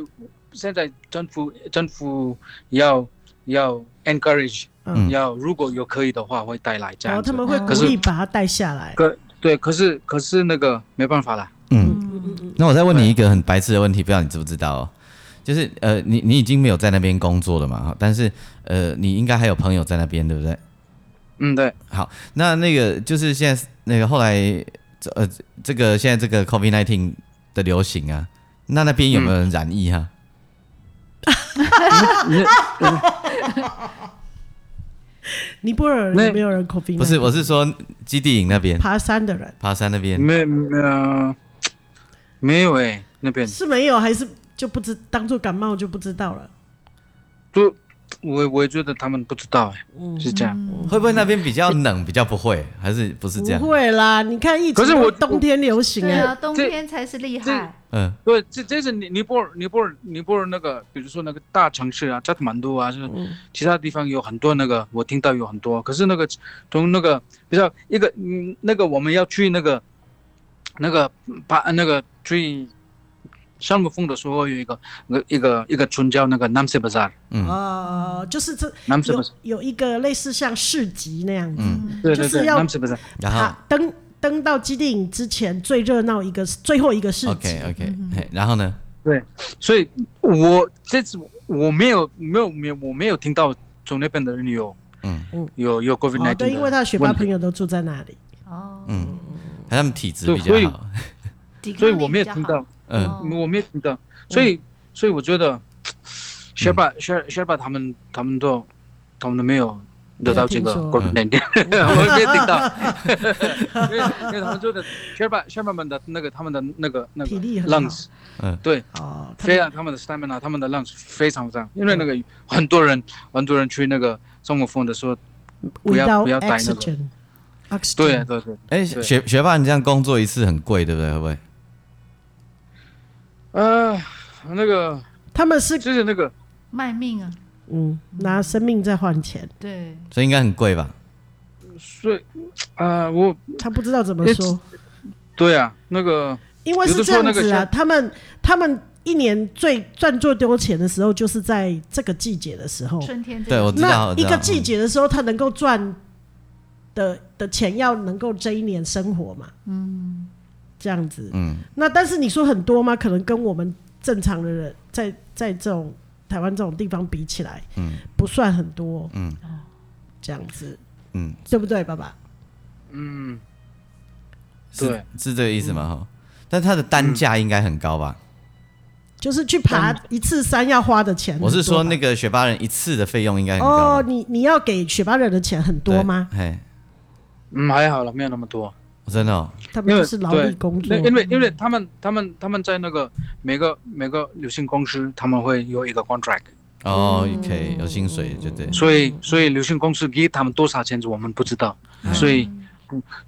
Speaker 3: 现在政府政府要要 encourage，、
Speaker 2: 嗯
Speaker 3: 要如果有可以的话会带来这
Speaker 2: 然后
Speaker 3: 样子。
Speaker 2: 他们会
Speaker 4: 可
Speaker 2: 鼓
Speaker 3: 是
Speaker 2: 励把它带下来。
Speaker 3: 可对，可是可是那个没办法啦，
Speaker 1: 嗯，
Speaker 2: 嗯嗯
Speaker 1: 那我再问你一个很白痴的问题，不知道你知不知道、哦？就是呃，你你已经没有在那边工作了嘛？哈，但是呃，你应该还有朋友在那边，对不对？
Speaker 3: 嗯，对，
Speaker 1: 好，那那个就是现在那个后来呃，这个现在这个 COVID nineteen 的流行啊，那那边有没有人染疫啊？
Speaker 2: 嗯，尼泊尔
Speaker 3: 那
Speaker 2: 有没有人 COVID？
Speaker 1: 不是，我是说基地营那边
Speaker 2: 爬山的人
Speaker 1: 爬山那边，
Speaker 3: 没没、呃、没有哎、那边
Speaker 2: 是没有，还是就不知当做感冒就不知道了。
Speaker 3: 就我我也觉得他们不知道哎、
Speaker 2: 嗯
Speaker 3: 是这样。
Speaker 1: 会不会那边比较冷，比较不会，还是不是这样
Speaker 2: 不？会啦，你看疫情
Speaker 3: 可是我
Speaker 2: 都冬天流行
Speaker 4: 对啊，
Speaker 2: 哎，
Speaker 4: 冬天才是厉害。
Speaker 1: 嗯
Speaker 3: 对，这这是尼尼泊尔尼泊尔尼泊尔那个，比如说那个大城市啊，扎特满都啊，是
Speaker 2: 嗯
Speaker 3: 其他地方有很多那个，我听到有很多。可是那个从那个比较一个嗯，那个我们要去那个那个把那个去山姆峰的时候，有一个一个一个村叫那个 Namse Bazaar，
Speaker 1: 嗯
Speaker 2: 哦，就是这
Speaker 3: Namse
Speaker 2: 有
Speaker 3: Bazaar，
Speaker 2: 有一个类似像市集那样子，
Speaker 1: 嗯，
Speaker 3: 对对
Speaker 2: 就是
Speaker 3: 对
Speaker 2: 要
Speaker 3: ，Namse Bazaar，
Speaker 1: 然后
Speaker 2: 爬登登到基地营之前最热闹一个最后一个市
Speaker 1: OK
Speaker 2: 集，
Speaker 1: OK，嘿，然后呢？
Speaker 3: 对，所以我这次我没有没有没有我没有听到从那边的人有
Speaker 1: 嗯
Speaker 3: 有有 COVID
Speaker 2: 哦，
Speaker 3: 19
Speaker 2: 对，因为他的学霸朋
Speaker 3: 友，
Speaker 2: 友都住在那里，
Speaker 4: 哦，
Speaker 1: 嗯，他们体质
Speaker 3: 对
Speaker 1: 比
Speaker 3: 所以
Speaker 1: 较好，
Speaker 4: 抵抗
Speaker 3: 所以
Speaker 4: 力
Speaker 3: 我没有
Speaker 4: 比较
Speaker 3: 听
Speaker 4: 好
Speaker 3: 到。
Speaker 1: 嗯。
Speaker 4: 哦
Speaker 3: 我没有听到，所以所以我觉得，雪霸雪雪霸他们他们都他们都没有得到这个
Speaker 2: 没有听说
Speaker 3: COVID 19，我 [laughs] 没有听到，因为因为他们觉得雪霸雪霸们的那个他们的那个那个
Speaker 2: 体力很好
Speaker 3: lungs，
Speaker 1: 嗯
Speaker 3: 对，
Speaker 2: 哦，他
Speaker 3: 非
Speaker 2: 们
Speaker 3: 常他们的 stamina，他们的 lungs 非常非常，因为那个很多人很多人去那个中国风的时候，不要
Speaker 2: without
Speaker 3: 不要带那个
Speaker 2: oxygen。oxygen
Speaker 3: 对对对，
Speaker 1: 哎、
Speaker 3: 对
Speaker 1: 学学霸，你这样工作一次很贵，对不对？会不会？
Speaker 3: 呃，那个
Speaker 2: 他们是
Speaker 3: 就是那个
Speaker 4: 卖命啊，
Speaker 2: 嗯拿生命在换钱，
Speaker 4: 对，
Speaker 1: 所以应该很贵吧？
Speaker 3: 睡，呃，我
Speaker 2: 他不知道怎么说，
Speaker 3: 对啊，那个
Speaker 2: 因为是这样
Speaker 3: 有的
Speaker 2: 子
Speaker 3: 时候那
Speaker 2: 啊，
Speaker 3: 个
Speaker 2: 他们他们一年最赚最多钱的时候就是在这个季节的时候，
Speaker 4: 春天这
Speaker 1: 对，我知道，
Speaker 2: 那
Speaker 1: 我
Speaker 2: 一
Speaker 1: 知
Speaker 2: 个
Speaker 1: 道
Speaker 2: 季节的时候，他能够赚的的钱要能够这一年生活嘛，嗯，这样子，
Speaker 1: 嗯，
Speaker 2: 那但是你说很多吗？可能跟我们正常的人在在这种台湾这种地方比起来，嗯，不算很多，
Speaker 1: 嗯，
Speaker 2: 这样子，
Speaker 1: 嗯，
Speaker 2: 对不对，爸爸？
Speaker 3: 嗯。
Speaker 1: 是
Speaker 3: 对
Speaker 1: 是这个意思
Speaker 2: 嗯
Speaker 1: 吗？哈、但它的单价应该很高吧？
Speaker 2: 就是去爬一次山要花的钱很多吧，
Speaker 1: 我是说，那个学霸人一次的费用应该很高
Speaker 2: 哦
Speaker 1: 吧，，
Speaker 2: 你你要给雪巴人的钱很多吗？
Speaker 1: 对？嘿，
Speaker 3: 嗯，还好了，没有那么多。
Speaker 1: 真的、哦，
Speaker 2: 他们
Speaker 3: 因为
Speaker 2: 就是劳力工作嗯
Speaker 3: 对，因为因为他们他们他们在那个每个每个旅行公司，他们会有一个 contract，
Speaker 1: 哦，OK，有
Speaker 2: 嗯
Speaker 1: 薪水就对，
Speaker 3: 所以所以旅行公司给他们多少钱，我们不知道。所以，嗯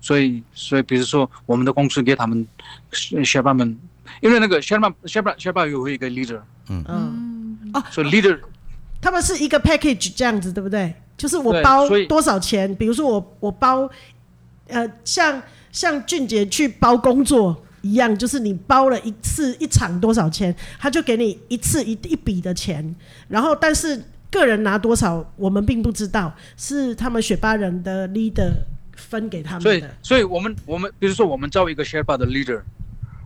Speaker 3: 所以所以，比如说我们的公司给他们学霸们，因为那个学霸学霸学霸有一个 leader，
Speaker 2: 嗯，
Speaker 3: 所以 leader
Speaker 2: 他们是一个 package 这样子，对不对？就是我
Speaker 3: 对
Speaker 2: 包
Speaker 3: 所以
Speaker 2: 多少钱，比如说我我包，呃，像像俊杰去包工作一样，就是你包了一次一场多少钱，他就给你一次一一笔的钱，然后但是个人拿多少，我们并不知道，是他们雪巴人的 leader 分给他
Speaker 3: 所
Speaker 2: 们
Speaker 3: 以
Speaker 2: 的。，
Speaker 3: 所以我们我们比如说我们招一个 Sherpa 的 leader，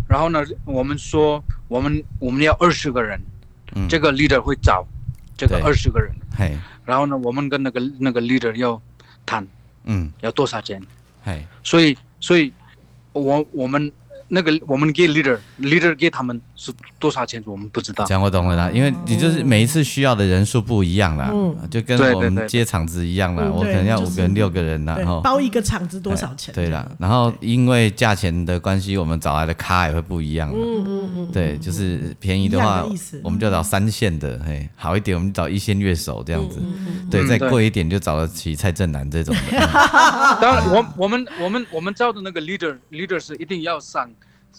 Speaker 3: 然后呢，我们说我们我们要二十个人，
Speaker 1: 嗯
Speaker 3: 这个 leader 会找这个
Speaker 1: 对
Speaker 3: 二十个人，
Speaker 1: 嘿，
Speaker 3: 然后呢，我们跟那个那个 leader 要谈
Speaker 1: 嗯，
Speaker 3: 要多少钱，
Speaker 1: 嘿，
Speaker 3: 所以所以我我们那个我们给 leader leader 给他们是多少钱，我们不知道
Speaker 2: 啊
Speaker 1: 这。样我懂了啦，因为你就是每一次需要的人数不一样啦，
Speaker 2: 嗯
Speaker 1: 就跟
Speaker 3: 对对
Speaker 1: 我
Speaker 3: 对
Speaker 1: 们
Speaker 3: 对
Speaker 1: 接场子一样啦，
Speaker 2: 嗯
Speaker 1: 我可
Speaker 2: 对
Speaker 1: 能要
Speaker 2: 就
Speaker 1: 五
Speaker 2: 是
Speaker 1: 个人、六个人啦，
Speaker 2: 对
Speaker 1: 然后，
Speaker 2: 包一个场子多少钱？
Speaker 1: 对啦，然后因为价钱的关系，我们找来的咖也会不一样啦，
Speaker 2: 嗯嗯嗯，
Speaker 1: 对，就是便宜的
Speaker 2: 一
Speaker 1: 话
Speaker 2: 样的意思，
Speaker 1: 我们就找三线的，嘿，好一点我们找一线乐手这样子，对，
Speaker 3: 嗯
Speaker 1: 再
Speaker 3: 对
Speaker 1: 贵一点就找得起蔡正南这种的，
Speaker 2: [laughs]
Speaker 3: 当然，我我们我们我们招的那个 leader leader 是一定要上，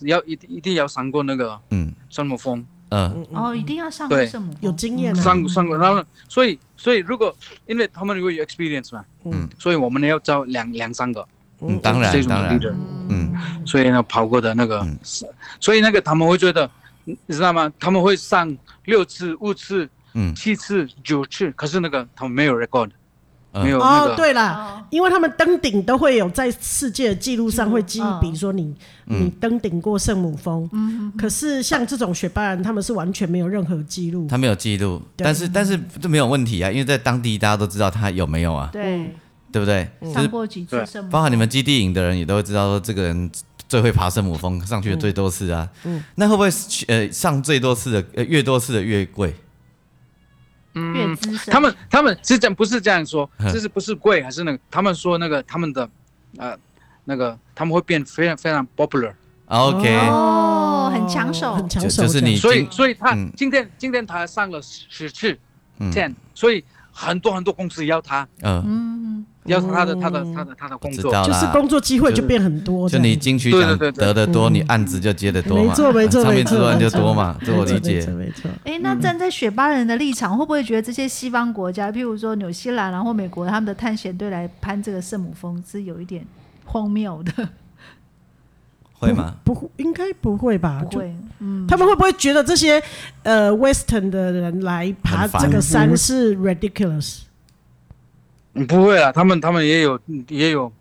Speaker 3: 要一定一定要上过那个
Speaker 1: 嗯，
Speaker 3: 山姆峰，
Speaker 1: 嗯
Speaker 4: 哦，一定要上过
Speaker 3: 对
Speaker 4: 圣母
Speaker 2: 有
Speaker 4: 峰
Speaker 2: 经验啊，
Speaker 3: 上上过，然后所以所以如果因为他们如果有 experience 嘛，
Speaker 2: 嗯，
Speaker 3: 所以我们要招两两三个
Speaker 1: 嗯，当然
Speaker 3: 这种
Speaker 1: 当然，
Speaker 3: leader，
Speaker 1: 嗯
Speaker 3: 所以呢跑过的那个，
Speaker 1: 嗯
Speaker 3: 所以那个他们会觉得，你知道吗？他们会上六次、五次、
Speaker 1: 嗯
Speaker 3: 七次、九次，可是那个他们没有 record，、
Speaker 1: 嗯
Speaker 3: 没有那个。
Speaker 2: 哦，对啦，
Speaker 4: 哦
Speaker 2: 因为他们登顶都会有在世界的记录上会记
Speaker 4: 嗯
Speaker 2: 一笔，说你
Speaker 1: 嗯
Speaker 2: 你登顶过圣母峰。
Speaker 4: 嗯，
Speaker 2: 可是像这种雪巴人，他们是完全没有任何记录。
Speaker 1: 他没有记录，
Speaker 2: 对
Speaker 1: 但是但是这没有问题啊，因为在当地大家都知道他有没有啊，
Speaker 2: 嗯
Speaker 4: 对，
Speaker 1: 对不对？就
Speaker 4: 上
Speaker 1: 是
Speaker 4: 过几次
Speaker 3: 对
Speaker 4: 圣母
Speaker 1: 包
Speaker 4: 峰，
Speaker 1: 含你们基地营的人也都会知道说这个人最会爬圣母峰，上去的最多次啊。
Speaker 2: 嗯
Speaker 1: 那会不会呃上最多次的呃越多次的越贵？
Speaker 4: 越资深，
Speaker 3: 嗯他们他们是这样，不是这样说，
Speaker 1: 嗯
Speaker 3: 这是不是贵还是那个？他们说那个他们的，呃，那个他们会变非常非常 popular，
Speaker 1: 啊 OK，、
Speaker 4: 哦，很抢手，
Speaker 2: 很抢
Speaker 1: 就
Speaker 2: 手，
Speaker 1: 就是你
Speaker 3: 所
Speaker 1: 已
Speaker 3: 以
Speaker 1: 经
Speaker 3: 所以他
Speaker 1: 嗯
Speaker 3: 今天今天他上了十次
Speaker 1: 嗯
Speaker 3: ten，所以很多很多公司要他
Speaker 1: 嗯，
Speaker 4: 嗯，
Speaker 3: 要他
Speaker 2: 哦
Speaker 3: 的他的他的他的工
Speaker 1: 知
Speaker 3: 作，
Speaker 1: 道
Speaker 2: 就是
Speaker 1: 啦。
Speaker 2: 工作机会就变很多。
Speaker 1: 就
Speaker 2: 这
Speaker 1: 你
Speaker 2: 样
Speaker 1: 金曲
Speaker 3: 对
Speaker 1: 奖
Speaker 3: 对对对
Speaker 1: 得的多，你案子就接的多嘛，
Speaker 2: 嗯
Speaker 1: 嗯
Speaker 2: 没错没错
Speaker 1: 上
Speaker 2: 没
Speaker 1: 面制
Speaker 2: 错，
Speaker 1: 作案
Speaker 2: 没
Speaker 1: 就
Speaker 2: 错
Speaker 1: 多嘛，这我理
Speaker 2: 没
Speaker 1: 解
Speaker 2: 错。没错。没错
Speaker 4: 哎，那站在雪巴人的立场，会不会觉得这些西方国家，譬如说纽西兰啊，然后美国，他们的探险队来攀这个圣母峰，是有一点荒谬的？
Speaker 2: 啊
Speaker 1: 会吗？
Speaker 2: 不会，应该不会吧？
Speaker 4: 不
Speaker 2: 就
Speaker 4: 会，嗯，
Speaker 2: 他们会不会觉得这些呃 Western 的人来爬
Speaker 1: 很烦
Speaker 2: 这个山是 ridiculous？
Speaker 3: 嗯不会啦，他们他们也有也有，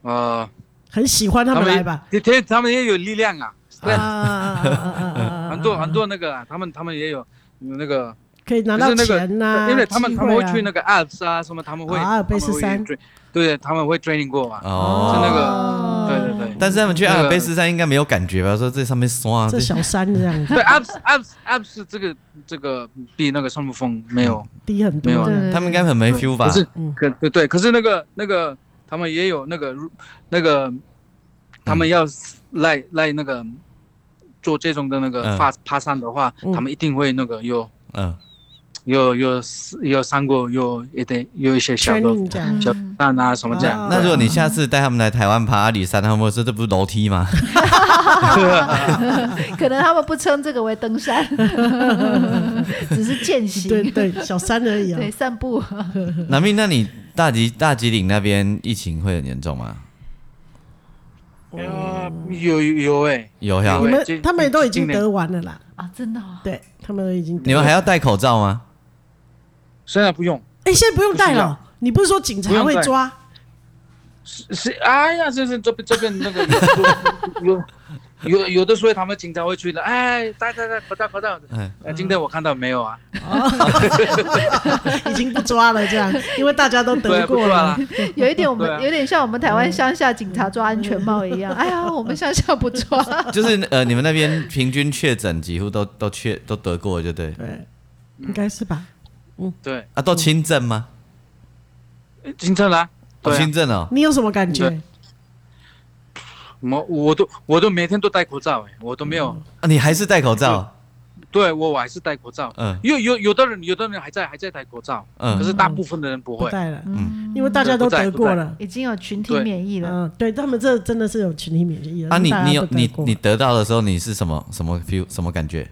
Speaker 3: 呃，
Speaker 2: 很喜欢他们来吧？
Speaker 3: 也他他们也有力量啊，对，
Speaker 2: 啊，
Speaker 3: 很多很多那个啊，他们他们也有那个，
Speaker 2: 可以拿到钱呐，
Speaker 3: 因为他们
Speaker 2: 机
Speaker 3: 他
Speaker 2: 会啊
Speaker 3: 们会去那个 Alps 啊什么，他们会
Speaker 2: 啊
Speaker 3: 他们
Speaker 2: 贝斯
Speaker 3: 会
Speaker 2: 山
Speaker 3: train- 对，他们会 training 过嘛，
Speaker 1: 哦，
Speaker 3: 是那个
Speaker 4: 哦
Speaker 3: 对对对。
Speaker 1: 但是他们去阿
Speaker 3: 那
Speaker 1: 尔
Speaker 3: 个
Speaker 1: 卑斯山应该没有感觉吧？说这上面刷，
Speaker 2: 这小山这样
Speaker 3: 对，Apps Apps Apps 这个这个比那个上木峰没有，
Speaker 2: 低很多
Speaker 3: 没有啊
Speaker 2: 这样。
Speaker 1: 他们应该很没 feel 吧
Speaker 3: 可？是
Speaker 2: 嗯
Speaker 3: 可对对，可是那个那个他们也有那个那个，他们要来来那个做这种的那个
Speaker 1: 嗯
Speaker 3: 爬爬山的话，
Speaker 2: 嗯
Speaker 3: 他们一定会那个有
Speaker 1: 嗯，
Speaker 3: 有有有上过有一点有一些小的
Speaker 2: training 这样，
Speaker 3: 小
Speaker 4: 嗯
Speaker 3: 蛋啊什么这样
Speaker 2: 啊。
Speaker 1: 那如果你下次带他们来台湾爬阿里山，他们会说这不是楼梯吗？
Speaker 4: 可能他们不称这个为
Speaker 2: [laughs]
Speaker 4: 登山，只是践行，
Speaker 2: 对对，小山而已啊
Speaker 4: 对，散步。
Speaker 1: 南明，那你大吉大吉岭那边疫情会很严重吗？
Speaker 3: 呃有有有哎，
Speaker 1: 有呀
Speaker 2: 你，
Speaker 3: 对这
Speaker 2: 们他们都已经
Speaker 3: 今年
Speaker 2: 得完了啦，
Speaker 4: 啊，真的、哦，
Speaker 2: 对他们都已经得
Speaker 1: 你们还要戴口罩吗？
Speaker 3: 现在不用
Speaker 2: 哎，现在不用带了，你不是说警察会抓？
Speaker 3: 是是哎呀，这是这边这边那个有有有有的时候他们警察会去的，哎，戴戴戴口罩口罩。
Speaker 1: 哎，
Speaker 3: 呃，今天我看到没有啊？
Speaker 2: 已经不抓了这样，因为大家都嗯
Speaker 3: 对啊
Speaker 2: 得，
Speaker 3: 不
Speaker 2: 过
Speaker 3: 错
Speaker 2: 了
Speaker 3: 啦。。
Speaker 4: 有一点我们、
Speaker 3: 对啊
Speaker 4: 有点像我们台湾乡下警察抓安全帽一样。哎呀，我们乡下不抓，
Speaker 1: 就是呃，你们那边平均确诊几乎都都确都得过，就对
Speaker 2: 对，应该是吧？
Speaker 3: 对，
Speaker 1: 啊，都轻症吗？
Speaker 3: 金正兰，
Speaker 1: 哦
Speaker 3: 对啊
Speaker 1: 轻，症哦，
Speaker 2: 你有什么感觉？
Speaker 3: 我我都我都每天都戴口罩，哎，我都没有，
Speaker 1: 啊，你还是戴口罩？
Speaker 3: 对我我还是戴口罩。
Speaker 1: 嗯
Speaker 3: 有有有的人有的人还在还在戴口罩，
Speaker 1: 嗯
Speaker 3: 可是大部分的人不
Speaker 2: 不
Speaker 3: 会。
Speaker 2: 带了，
Speaker 4: 嗯，
Speaker 2: 因为大家都得过了。
Speaker 4: 已经有群体免疫了。
Speaker 2: 嗯，对他们这真的是有群体免疫的
Speaker 1: 啊，你
Speaker 2: 嗯大家
Speaker 1: 你有
Speaker 2: 都得
Speaker 1: 你
Speaker 2: 过
Speaker 1: 你得到的时候，你是什么什么 feel 什么感觉？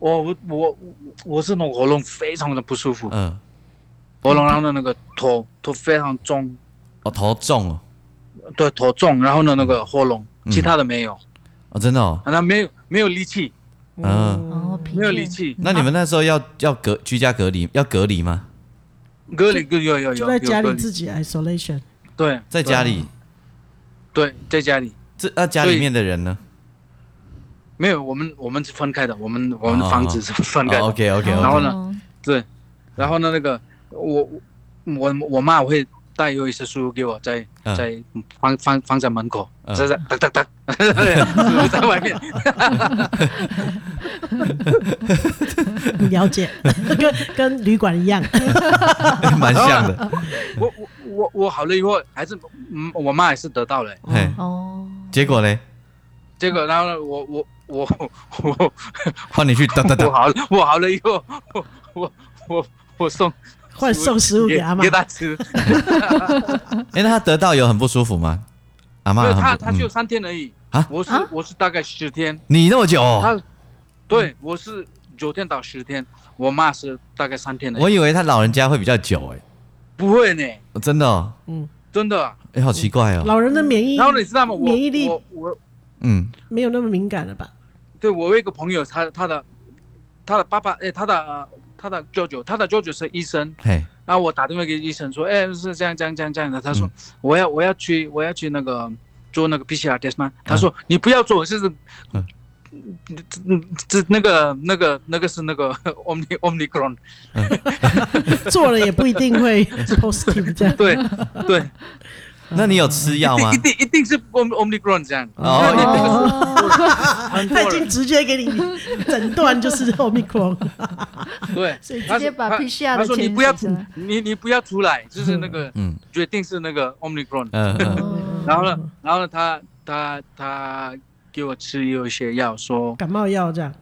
Speaker 3: 我我我我是那种喉咙非常的不舒服，
Speaker 1: 嗯，
Speaker 3: 喉咙上的那个头头非常重，
Speaker 1: 哦，头重哦，
Speaker 3: 对头重，然后呢那个喉咙，其他的没有，
Speaker 1: 哦，真的哦，
Speaker 3: 啊那没有没有力气，
Speaker 1: 嗯，
Speaker 4: 哦，疲
Speaker 3: 没有
Speaker 4: 倦
Speaker 3: 力气，
Speaker 1: 那你们那时候要要隔居家隔离要隔离吗？
Speaker 3: 隔离隔有有
Speaker 2: 就
Speaker 3: 有
Speaker 2: 在家
Speaker 3: 有隔
Speaker 2: 里
Speaker 3: 离
Speaker 2: 自己 isolation，
Speaker 3: 对，啊
Speaker 1: 在家里，
Speaker 3: 对在家里。
Speaker 1: 这那家里面的人呢？
Speaker 3: 没有，我们我们是分开的，我们我们
Speaker 1: 哦
Speaker 3: 房子是分开的。
Speaker 1: OK OK
Speaker 3: 然后
Speaker 1: OK，
Speaker 3: 呢
Speaker 2: 哦
Speaker 3: 对，然后呢，那个我我我妈会带有一些书给我在，
Speaker 1: 嗯
Speaker 3: 在放放放在门口，
Speaker 1: 嗯
Speaker 3: 在在哒哒哒，书在
Speaker 1: [laughs]
Speaker 3: 外面。
Speaker 2: 你了解， [laughs] 跟跟旅馆
Speaker 3: [laughs]
Speaker 2: 一样，
Speaker 1: [laughs] 蛮像的。
Speaker 3: 我我我我好了以后，还是嗯我妈还是得到了、
Speaker 1: 嘿，
Speaker 4: 哦，
Speaker 1: 结果呢？
Speaker 3: 结果然后呢，我我我我
Speaker 1: 换你去哒哒
Speaker 3: 我
Speaker 1: 哒。
Speaker 3: 好我好了以后，我 [laughs] 我我我送
Speaker 2: 换送食物给
Speaker 3: 给
Speaker 2: 阿妈
Speaker 3: 给，她
Speaker 1: [laughs]
Speaker 3: 吃，
Speaker 1: 哎，那他得到有很不舒服吗？阿
Speaker 3: 因
Speaker 1: 妈
Speaker 3: 为
Speaker 1: 很
Speaker 3: 她
Speaker 1: 不
Speaker 3: 她只有
Speaker 1: 嗯
Speaker 3: 三天而已
Speaker 1: 啊
Speaker 3: 我是
Speaker 4: 啊
Speaker 3: 我是大概十天。
Speaker 1: 你那么久哦，
Speaker 3: 他，对我是九天到十天，我妈是大概三天的。
Speaker 1: 我以为他老人家会比较久哎、
Speaker 3: 不会呢，
Speaker 1: 真的、哦，
Speaker 3: 真的。
Speaker 1: 哎、好奇怪哦。
Speaker 2: 老人的免疫，
Speaker 3: 然后你知道吗？我
Speaker 2: 免疫力
Speaker 3: 我我
Speaker 1: 嗯，
Speaker 2: 没有那么敏感了吧？
Speaker 3: 对我有一个朋友，他他的他的爸爸，哎，他的呃他的舅舅，他的舅舅是医生。
Speaker 1: 嘿，
Speaker 3: 然后我打电话给医生说，哎，是这样这样这样这样的。他
Speaker 1: 嗯
Speaker 3: 说、我要我要去我要去那个做那个 PCR test 吗？他说、你不要做，这是。
Speaker 1: 嗯
Speaker 3: 这这那个那个那个是那个 [laughs] omni omicron，
Speaker 2: 做了也不一定
Speaker 3: [laughs]
Speaker 2: 会 positive 这样。
Speaker 1: [laughs]
Speaker 3: 对对，
Speaker 1: 那你有吃药吗
Speaker 3: 一？定一定是 om omicron 这样。
Speaker 1: 哦
Speaker 3: 那你这个
Speaker 4: 哦，
Speaker 2: 他已经直接给你诊断就是 omicron， [laughs]
Speaker 3: 是对，
Speaker 2: 所以
Speaker 3: 他
Speaker 4: 直接把
Speaker 3: 他
Speaker 4: PCR
Speaker 3: 他
Speaker 4: 的
Speaker 3: 说你
Speaker 4: 钱
Speaker 3: 不要
Speaker 4: 省
Speaker 3: 出
Speaker 4: 下来。
Speaker 3: 你你不要出来，就是那个
Speaker 1: 嗯
Speaker 3: 决定是那个 omicron。
Speaker 1: [laughs] 嗯嗯，
Speaker 4: 哦
Speaker 3: 然后呢，然后呢，他他他给我吃有一些药，说
Speaker 2: 感冒药这样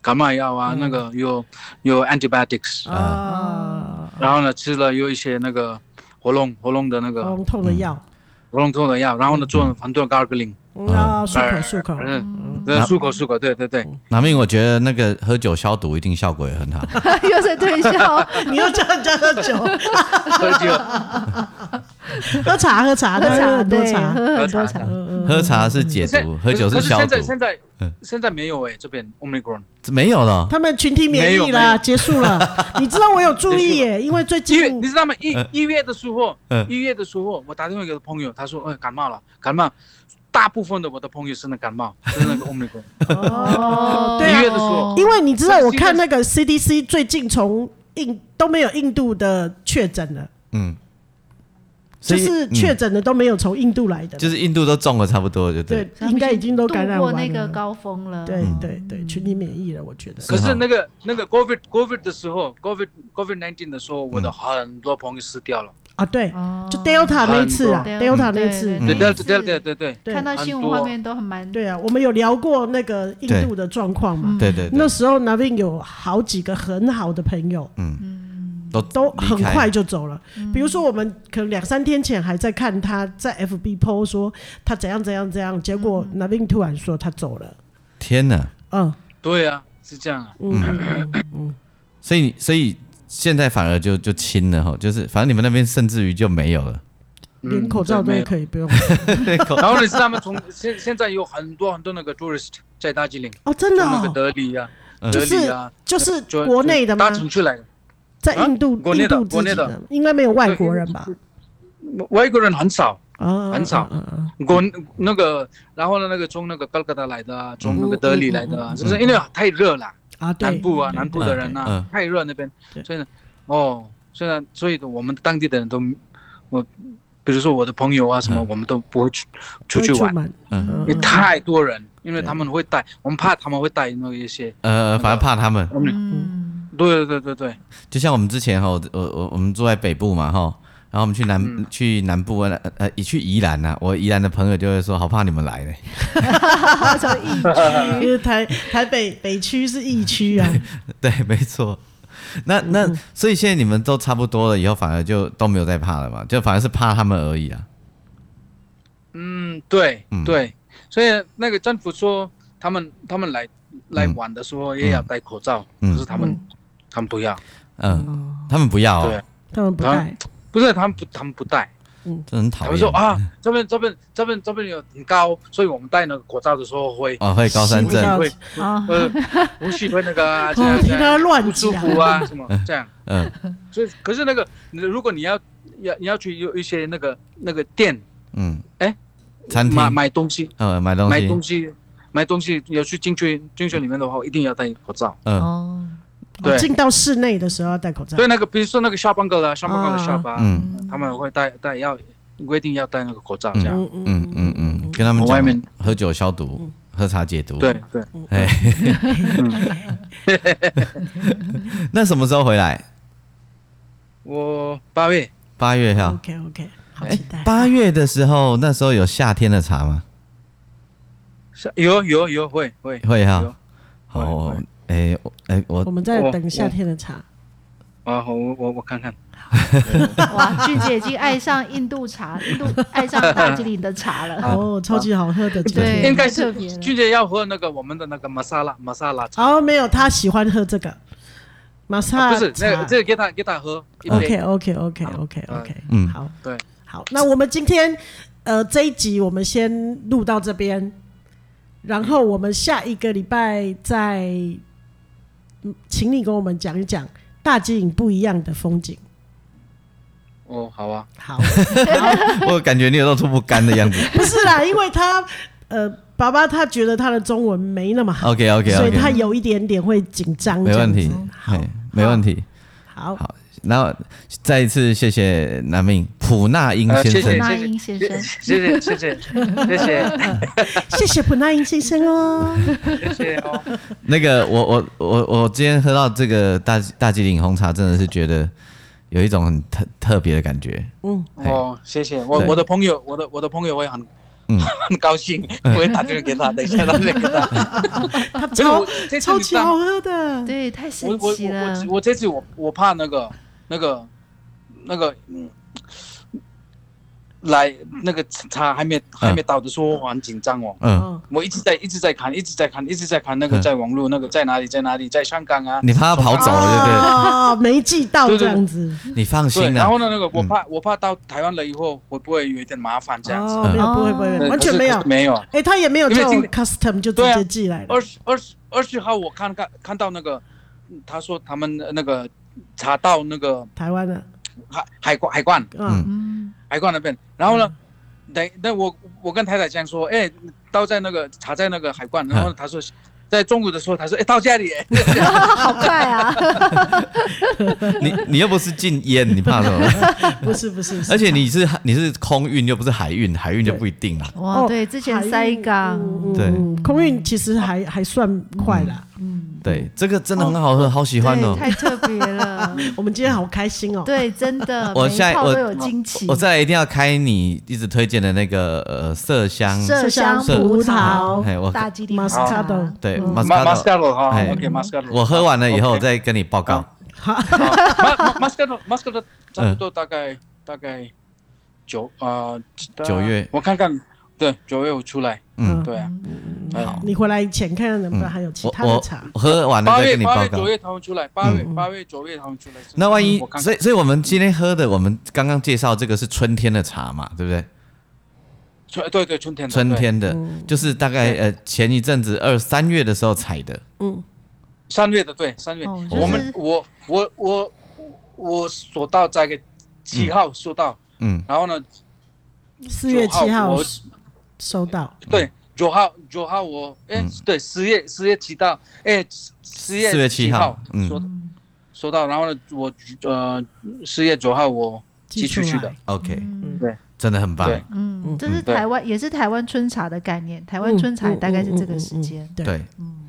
Speaker 3: 感冒药
Speaker 2: 嗯
Speaker 3: 啊，那个有有 antibiotics，
Speaker 2: 啊，
Speaker 3: 然后呢吃了有一些那个喉咙喉咙的那个
Speaker 2: 喉咙痛的药
Speaker 3: 喉咙痛的药，然后呢做了很多 gargling，哎
Speaker 2: 啊，漱口漱口，哦
Speaker 3: 嗯，呃漱口漱口，对对对，
Speaker 1: 拿命，我觉得那个喝酒消毒一定效果也很好。
Speaker 4: 又在推销，
Speaker 2: 你又叫人家喝酒，
Speaker 3: 喝
Speaker 1: [laughs]
Speaker 3: 酒
Speaker 2: 喝茶喝茶，
Speaker 4: 喝
Speaker 2: 他
Speaker 4: 茶
Speaker 2: 很多
Speaker 4: 对，
Speaker 2: 茶，
Speaker 4: 喝很多
Speaker 3: 喝
Speaker 4: 茶
Speaker 3: 茶，
Speaker 2: 嗯
Speaker 1: 喝茶是解
Speaker 3: 现
Speaker 1: 毒，喝酒是消
Speaker 3: 现
Speaker 1: 毒
Speaker 3: 在，现在
Speaker 1: 嗯
Speaker 3: 现在没有哎，这边
Speaker 2: 嗯
Speaker 3: omicron，
Speaker 1: 没有了。
Speaker 2: 他们群体免
Speaker 3: 没有
Speaker 2: 疫
Speaker 3: 没
Speaker 2: 啦，
Speaker 3: 有
Speaker 2: 结束了。你知道我有注意耶，因为最
Speaker 3: 因为
Speaker 2: 近
Speaker 3: 你知道吗？一
Speaker 1: 嗯
Speaker 3: 一月的时候
Speaker 1: 嗯，
Speaker 3: 一月的时候，我打电话给我朋友，他说，哎，感冒了，感冒。大部分的我的朋友是那
Speaker 2: [laughs]
Speaker 3: 感冒，是那个 omicron。
Speaker 2: 哦，对
Speaker 3: 一
Speaker 2: 啊
Speaker 3: 月，的时候
Speaker 2: 因为你知道我看那个 CDC 最近从印都没有印度的确诊了，
Speaker 1: 嗯，所
Speaker 2: 就
Speaker 1: 以
Speaker 2: 是确、诊的都没有从印度来的
Speaker 1: 嗯，就是印度都中了差不多，就对
Speaker 2: 对，应该已经都感染
Speaker 4: 度过
Speaker 2: 完
Speaker 4: 那个
Speaker 2: 了。
Speaker 4: 高峰了。
Speaker 2: 对
Speaker 1: 嗯
Speaker 2: 对对，群体免疫了，我觉得。
Speaker 3: 可
Speaker 1: 哈
Speaker 3: 是那个那个 COVID COVID 的时候，COVID COVID nineteen 的时候，
Speaker 1: 嗯
Speaker 3: 我的很多朋友死掉了。
Speaker 2: 啊，对，
Speaker 4: 哦
Speaker 2: 就 Delta 那一次啊
Speaker 4: 很多
Speaker 2: ，Delta 那一次，
Speaker 4: 嗯
Speaker 3: 对对
Speaker 4: 是
Speaker 3: 对对对对，
Speaker 2: 对
Speaker 4: 看到新闻画面都很蛮
Speaker 2: 对啊，我们有聊过那个印度的状况
Speaker 4: 嗯
Speaker 2: 嘛？
Speaker 1: 对对对，
Speaker 2: 那时候 Navin 有好几个很好的朋友，
Speaker 1: 都
Speaker 2: 都
Speaker 1: 离
Speaker 2: 很
Speaker 1: 开
Speaker 2: 快就走了。比如说，我们可能两三天前还在看他在 FB PO 说他怎样怎样怎样，结果 Navin 突然说他走了。
Speaker 1: 天哪！
Speaker 2: 嗯
Speaker 3: 对啊，是这样啊。
Speaker 2: 嗯嗯，嗯
Speaker 1: 所以所以现在反而就就清了哈，就是反正你们那边甚至于就没有了。
Speaker 3: 嗯
Speaker 2: 连口罩都
Speaker 3: 对没有
Speaker 2: 可以不用。
Speaker 3: 然后你知道吗？从现现在有很多很多那个 tourist 在大吉岭，
Speaker 2: 哦，真的
Speaker 3: 从那个
Speaker 2: 哦，
Speaker 3: 德里啊，
Speaker 1: 嗯
Speaker 3: 德
Speaker 2: 就是
Speaker 3: 里啊，
Speaker 2: 就是
Speaker 3: 就
Speaker 2: 国内的吗
Speaker 3: 搭？乘去来的，
Speaker 2: 在印度，
Speaker 3: 国
Speaker 2: 印
Speaker 3: 内的
Speaker 2: 度自
Speaker 3: 国
Speaker 2: 己
Speaker 3: 内的
Speaker 2: 的，应该没有外国人吧？
Speaker 3: 外国人很少。
Speaker 2: 啊，
Speaker 3: 很少
Speaker 2: 嗯嗯
Speaker 3: 国那个，然后呢，那个从那个高哥达来的啊，从那个德里来的啊，就是因为太热了，
Speaker 2: 啊，对，
Speaker 3: 南部啊，
Speaker 2: 对
Speaker 3: 南部的人
Speaker 1: 嗯
Speaker 3: 呐
Speaker 1: 嗯，
Speaker 3: 太热那边
Speaker 2: 对，
Speaker 3: 所以呢，哦，虽然所以我们当地的人都，我，比如说我的朋友啊什么，
Speaker 1: 嗯
Speaker 3: 我们都不会出出
Speaker 2: 会
Speaker 3: 去玩，
Speaker 1: 嗯
Speaker 3: 因为
Speaker 2: 嗯
Speaker 3: 太多人，因为
Speaker 2: 对
Speaker 3: 他们会带，我们怕他们会带那一些，
Speaker 1: 呃，反正怕他们，
Speaker 4: 嗯，
Speaker 3: 对对对对，
Speaker 1: 就像我们之前哈，我我我们住在北部嘛哈，然后我们去南、去南部呃呃去宜兰呐、我宜兰的朋友就会说，好怕你们来呢。 [laughs]
Speaker 4: 从疫
Speaker 2: 因为台台北北区是疫区啊，
Speaker 1: 对，没错。那那所以现在你们都差不多了，以后反而就都没有再怕了嘛，就反而是怕他们而已啊。
Speaker 3: 嗯对
Speaker 1: 嗯
Speaker 3: 对，所以那个政府说他们他们来来
Speaker 1: 嗯
Speaker 3: 玩的时候也要戴口罩，
Speaker 1: 嗯
Speaker 3: 可是他们他们不要，
Speaker 1: 嗯，他们不要、
Speaker 3: 对
Speaker 1: 哦，。
Speaker 2: 他们不带，
Speaker 3: 不是他们不，他们不戴。
Speaker 1: 这很
Speaker 3: 他
Speaker 1: 讨厌。
Speaker 3: 们说啊，这边这边这边这边有很高，所以我们戴那个口罩的时候会
Speaker 1: 哦，会高山
Speaker 2: 吸不到
Speaker 1: 症，
Speaker 3: 会
Speaker 4: 啊，
Speaker 3: 呃呼吸会那
Speaker 2: [laughs]
Speaker 3: 个啊这
Speaker 2: 哦
Speaker 3: 样
Speaker 2: 听
Speaker 3: 这
Speaker 2: 他
Speaker 3: 样
Speaker 2: 乱
Speaker 3: 不舒
Speaker 2: 讲，
Speaker 3: 服啊什么这样。
Speaker 1: 嗯，
Speaker 3: 所以可是那个，你如果你要要你要去有一些那个那个店
Speaker 1: 嗯，
Speaker 3: 哎，
Speaker 1: 餐厅
Speaker 3: 买买东西，
Speaker 1: 呃买东
Speaker 3: 买
Speaker 1: 西，
Speaker 3: 东西买东西要去进去进去里面的话，一定要戴口罩。
Speaker 1: 嗯
Speaker 4: 哦，
Speaker 3: 对
Speaker 2: 进到室内的时候要戴口罩
Speaker 3: 对，那个比如说那个下班哥啦，下班哥
Speaker 2: 啊
Speaker 3: 的下班，
Speaker 1: 嗯
Speaker 3: 他们会戴戴要规定要戴那个口罩这样。
Speaker 2: 嗯嗯
Speaker 1: 嗯嗯嗯，跟他们
Speaker 3: 我外
Speaker 1: 讲
Speaker 3: 面
Speaker 1: 喝酒消毒，喝茶解毒。
Speaker 3: 对，对，
Speaker 1: 哎，那什么时候回来？
Speaker 3: 我八位
Speaker 1: 八月哈，
Speaker 2: ，OK OK，好
Speaker 1: 哎
Speaker 2: 期待，
Speaker 1: 八月的时候，那时候有夏天的茶吗？
Speaker 3: 是有有有会会
Speaker 1: 会哈哦
Speaker 3: 有，
Speaker 1: 好
Speaker 3: 会会，
Speaker 1: 哎哎我
Speaker 2: 我们在等夏天的茶，
Speaker 3: 啊，好我我我看看，
Speaker 4: 哇，俊姐已经爱上印度茶，印度爱上大吉岭的茶了。
Speaker 2: 哦，超级好喝的，今
Speaker 4: 对
Speaker 2: 天
Speaker 3: 应该
Speaker 4: 太
Speaker 3: 是
Speaker 4: 特别了
Speaker 3: 俊杰要喝那个我们的那个玛莎拉玛莎拉茶，啊
Speaker 2: 哦，没有，他喜欢喝这个玛莎
Speaker 3: 不是那个
Speaker 2: 茶
Speaker 3: 这个给他给他喝一杯
Speaker 2: OK OK OK OK OK，
Speaker 1: 嗯
Speaker 2: 好，
Speaker 3: 对，
Speaker 2: 好，那我们今天呃这一集我们先录到这边，然后我们下一个礼拜再，嗯请你跟我们讲一讲大吉岭不一样的风景。
Speaker 3: 哦，好啊，
Speaker 2: 好，
Speaker 1: 我感觉你有种吐不干的样子。
Speaker 2: 不是啦，因为他呃爸爸他觉得他的中文没那么好
Speaker 1: OK OK
Speaker 2: 所以他
Speaker 1: OK，
Speaker 2: 有一点点会紧张。
Speaker 1: 没问
Speaker 2: 这
Speaker 1: 题
Speaker 2: 样子，好
Speaker 1: 嘿，没问题。
Speaker 2: 好，
Speaker 1: 好那再一次谢谢南命普纳英
Speaker 3: 呃
Speaker 1: 先
Speaker 3: 谢
Speaker 1: 生，
Speaker 4: 那
Speaker 3: 谢谢
Speaker 4: 英先
Speaker 3: 谢
Speaker 4: 生，
Speaker 3: 谢谢谢谢谢谢
Speaker 2: [laughs] 谢谢普奈因先生哦。
Speaker 3: 谢谢哦。
Speaker 1: 那个我我我我今天喝到这个大大吉岭红茶，真的是觉得有一种很特特别的感觉。
Speaker 2: 嗯
Speaker 3: [laughs] 哦，谢谢我
Speaker 1: 对
Speaker 3: 我的朋友，我的我的朋友会很、
Speaker 1: 嗯
Speaker 3: 很高兴，我会打电话
Speaker 1: [laughs]
Speaker 3: 给他，等一下打电话给他。
Speaker 2: 他
Speaker 3: 真的，
Speaker 2: 超
Speaker 3: 我这次
Speaker 2: 超
Speaker 3: 你
Speaker 2: 级
Speaker 3: 知道
Speaker 2: 好
Speaker 3: 吗
Speaker 2: 喝的，
Speaker 4: 对，太
Speaker 3: 我
Speaker 4: 神
Speaker 3: 我
Speaker 4: 奇了
Speaker 3: 我。我这次我我怕那个那个那个嗯，来那个茶还没还没倒的时候，我很紧张哦。
Speaker 1: 嗯，
Speaker 2: 哦，
Speaker 3: 我一直在一直在看，一直在看，一直在看那个
Speaker 1: 嗯
Speaker 3: 在网络那个在哪里在哪里，在香港啊。
Speaker 1: 你怕他跑走了，对不
Speaker 4: 啊
Speaker 1: 对？
Speaker 2: 哦，没记到
Speaker 3: 对
Speaker 2: 这
Speaker 3: 对
Speaker 2: 样子，
Speaker 1: 你放
Speaker 3: 对，
Speaker 1: 心啊
Speaker 3: 然
Speaker 1: 啦
Speaker 3: 后，呢，那个我
Speaker 1: 嗯
Speaker 3: 怕我怕到台湾了以后会不会有一点麻烦这样子？
Speaker 2: 哦，没有，不会，不会，
Speaker 3: 对
Speaker 2: 完全
Speaker 3: 可是
Speaker 2: 没有
Speaker 3: 可是。没有，
Speaker 2: 哎，他也没有
Speaker 3: 因为
Speaker 2: 叫我
Speaker 3: 今天
Speaker 2: custom 就直
Speaker 3: 对啊
Speaker 2: 接寄来了
Speaker 3: 二。十二十二十号，我看看看到那个，嗯他说他们呃那个查到那个
Speaker 2: 台湾的，啊
Speaker 3: 海海关海关
Speaker 2: 嗯，
Speaker 4: 嗯，
Speaker 3: 海关那边，然后
Speaker 1: 嗯
Speaker 3: 呢，等那我我跟太太讲说，哎，到在那个查在那个海关，
Speaker 1: 嗯
Speaker 3: 然后他说。在中午的时候，他说：“哎、到家里， [laughs]
Speaker 4: 好快啊！
Speaker 1: 你你又不是禁烟，你怕什么？
Speaker 2: 不是不是，
Speaker 1: [laughs] 而且你是你是空运，又不是海运，海运就不一定啦。
Speaker 4: 哇，
Speaker 2: 哦
Speaker 4: 对，之前
Speaker 2: 海运
Speaker 4: 塞港，
Speaker 2: 嗯
Speaker 1: 对
Speaker 2: 嗯空运其实还还算快啦。
Speaker 1: 对，这个真的很好喝，好喜欢
Speaker 4: 对，
Speaker 1: 哦。
Speaker 4: 太特别了。
Speaker 2: 我们今天好开心哦，
Speaker 4: [laughs] 对，真的，
Speaker 1: 我
Speaker 4: 每一
Speaker 1: 下
Speaker 4: 泡
Speaker 1: 我
Speaker 4: 都有惊奇。
Speaker 1: 我再来一定要开你一直推荐的那个呃麝香，
Speaker 4: 麝香
Speaker 1: 麝
Speaker 4: 葡
Speaker 2: 萄
Speaker 1: 嘿我
Speaker 4: 萄，大吉利嗯
Speaker 2: Moscato
Speaker 1: 对
Speaker 3: 马马斯
Speaker 1: Moscato，
Speaker 3: 加罗哈
Speaker 1: 哎
Speaker 3: ，OK，马斯加罗。
Speaker 1: 我喝完了以后再跟你报告。
Speaker 3: 马马斯加罗，马斯加
Speaker 1: [laughs]
Speaker 3: 罗差
Speaker 1: 嗯
Speaker 3: 不多大概、大概九啊
Speaker 1: 九月
Speaker 3: 我看看，对，九月我出来，
Speaker 2: 嗯，
Speaker 3: 对啊，好
Speaker 2: 你回来以前看看能不能还有
Speaker 4: 哦
Speaker 2: 其
Speaker 1: 我
Speaker 2: 他的
Speaker 1: 我
Speaker 2: 茶。
Speaker 1: 我喝完了
Speaker 3: 八
Speaker 1: 再
Speaker 3: 月
Speaker 1: 跟你
Speaker 3: 八
Speaker 1: 报
Speaker 3: 月
Speaker 1: 告嗯
Speaker 3: 九。月他们出来，八月八月九月他们出来。
Speaker 1: 那万一
Speaker 3: 我，看
Speaker 1: 所以所以我们今天喝的，我们刚刚介绍这个是春天的茶嘛，对不对？
Speaker 4: 嗯
Speaker 3: 春对对春天的
Speaker 1: 春
Speaker 3: 对
Speaker 1: 天的，就是大概呃前一阵子二三月的时候采的，
Speaker 3: 三月的对三月，
Speaker 4: 哦
Speaker 3: 我
Speaker 4: 就是
Speaker 3: 们我我我我收到这个七号收到，
Speaker 1: 嗯，
Speaker 3: 然后呢
Speaker 2: 四月
Speaker 3: 九
Speaker 2: 七号
Speaker 3: 我
Speaker 2: 收到，
Speaker 3: 对九号九号我哎对十月十月七到哎十
Speaker 1: 嗯四月
Speaker 3: 月
Speaker 1: 七
Speaker 3: 七
Speaker 1: 号
Speaker 3: 号
Speaker 1: 嗯
Speaker 3: 收收到，然后呢我呃十月九号我寄
Speaker 2: 出
Speaker 3: 出去的
Speaker 2: 来。，
Speaker 1: OK，
Speaker 4: 嗯
Speaker 3: 对，
Speaker 1: 真的很棒。
Speaker 3: 对
Speaker 4: 嗯，这是
Speaker 3: 对
Speaker 4: 台湾，也是台湾春茶的概念。台湾春茶也大概是这个时间。
Speaker 2: 对
Speaker 1: 对，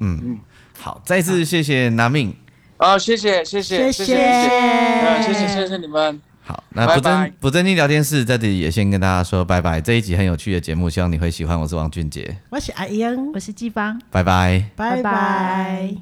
Speaker 1: 嗯，好，再次谢谢拿命。
Speaker 3: 啊谢谢谢谢
Speaker 2: 谢
Speaker 3: 谢谢呃谢谢谢
Speaker 2: 谢
Speaker 3: 谢你们，
Speaker 1: 好，那
Speaker 3: 拜
Speaker 1: 不
Speaker 3: 拜
Speaker 1: 正不正经聊天室在这里也先跟大家说拜拜。这一集很有趣的节目，希望你会喜欢。我是王俊杰，
Speaker 2: 我是阿英，
Speaker 4: 我是季芳，
Speaker 1: 拜拜。
Speaker 2: 拜
Speaker 4: 拜
Speaker 2: 拜。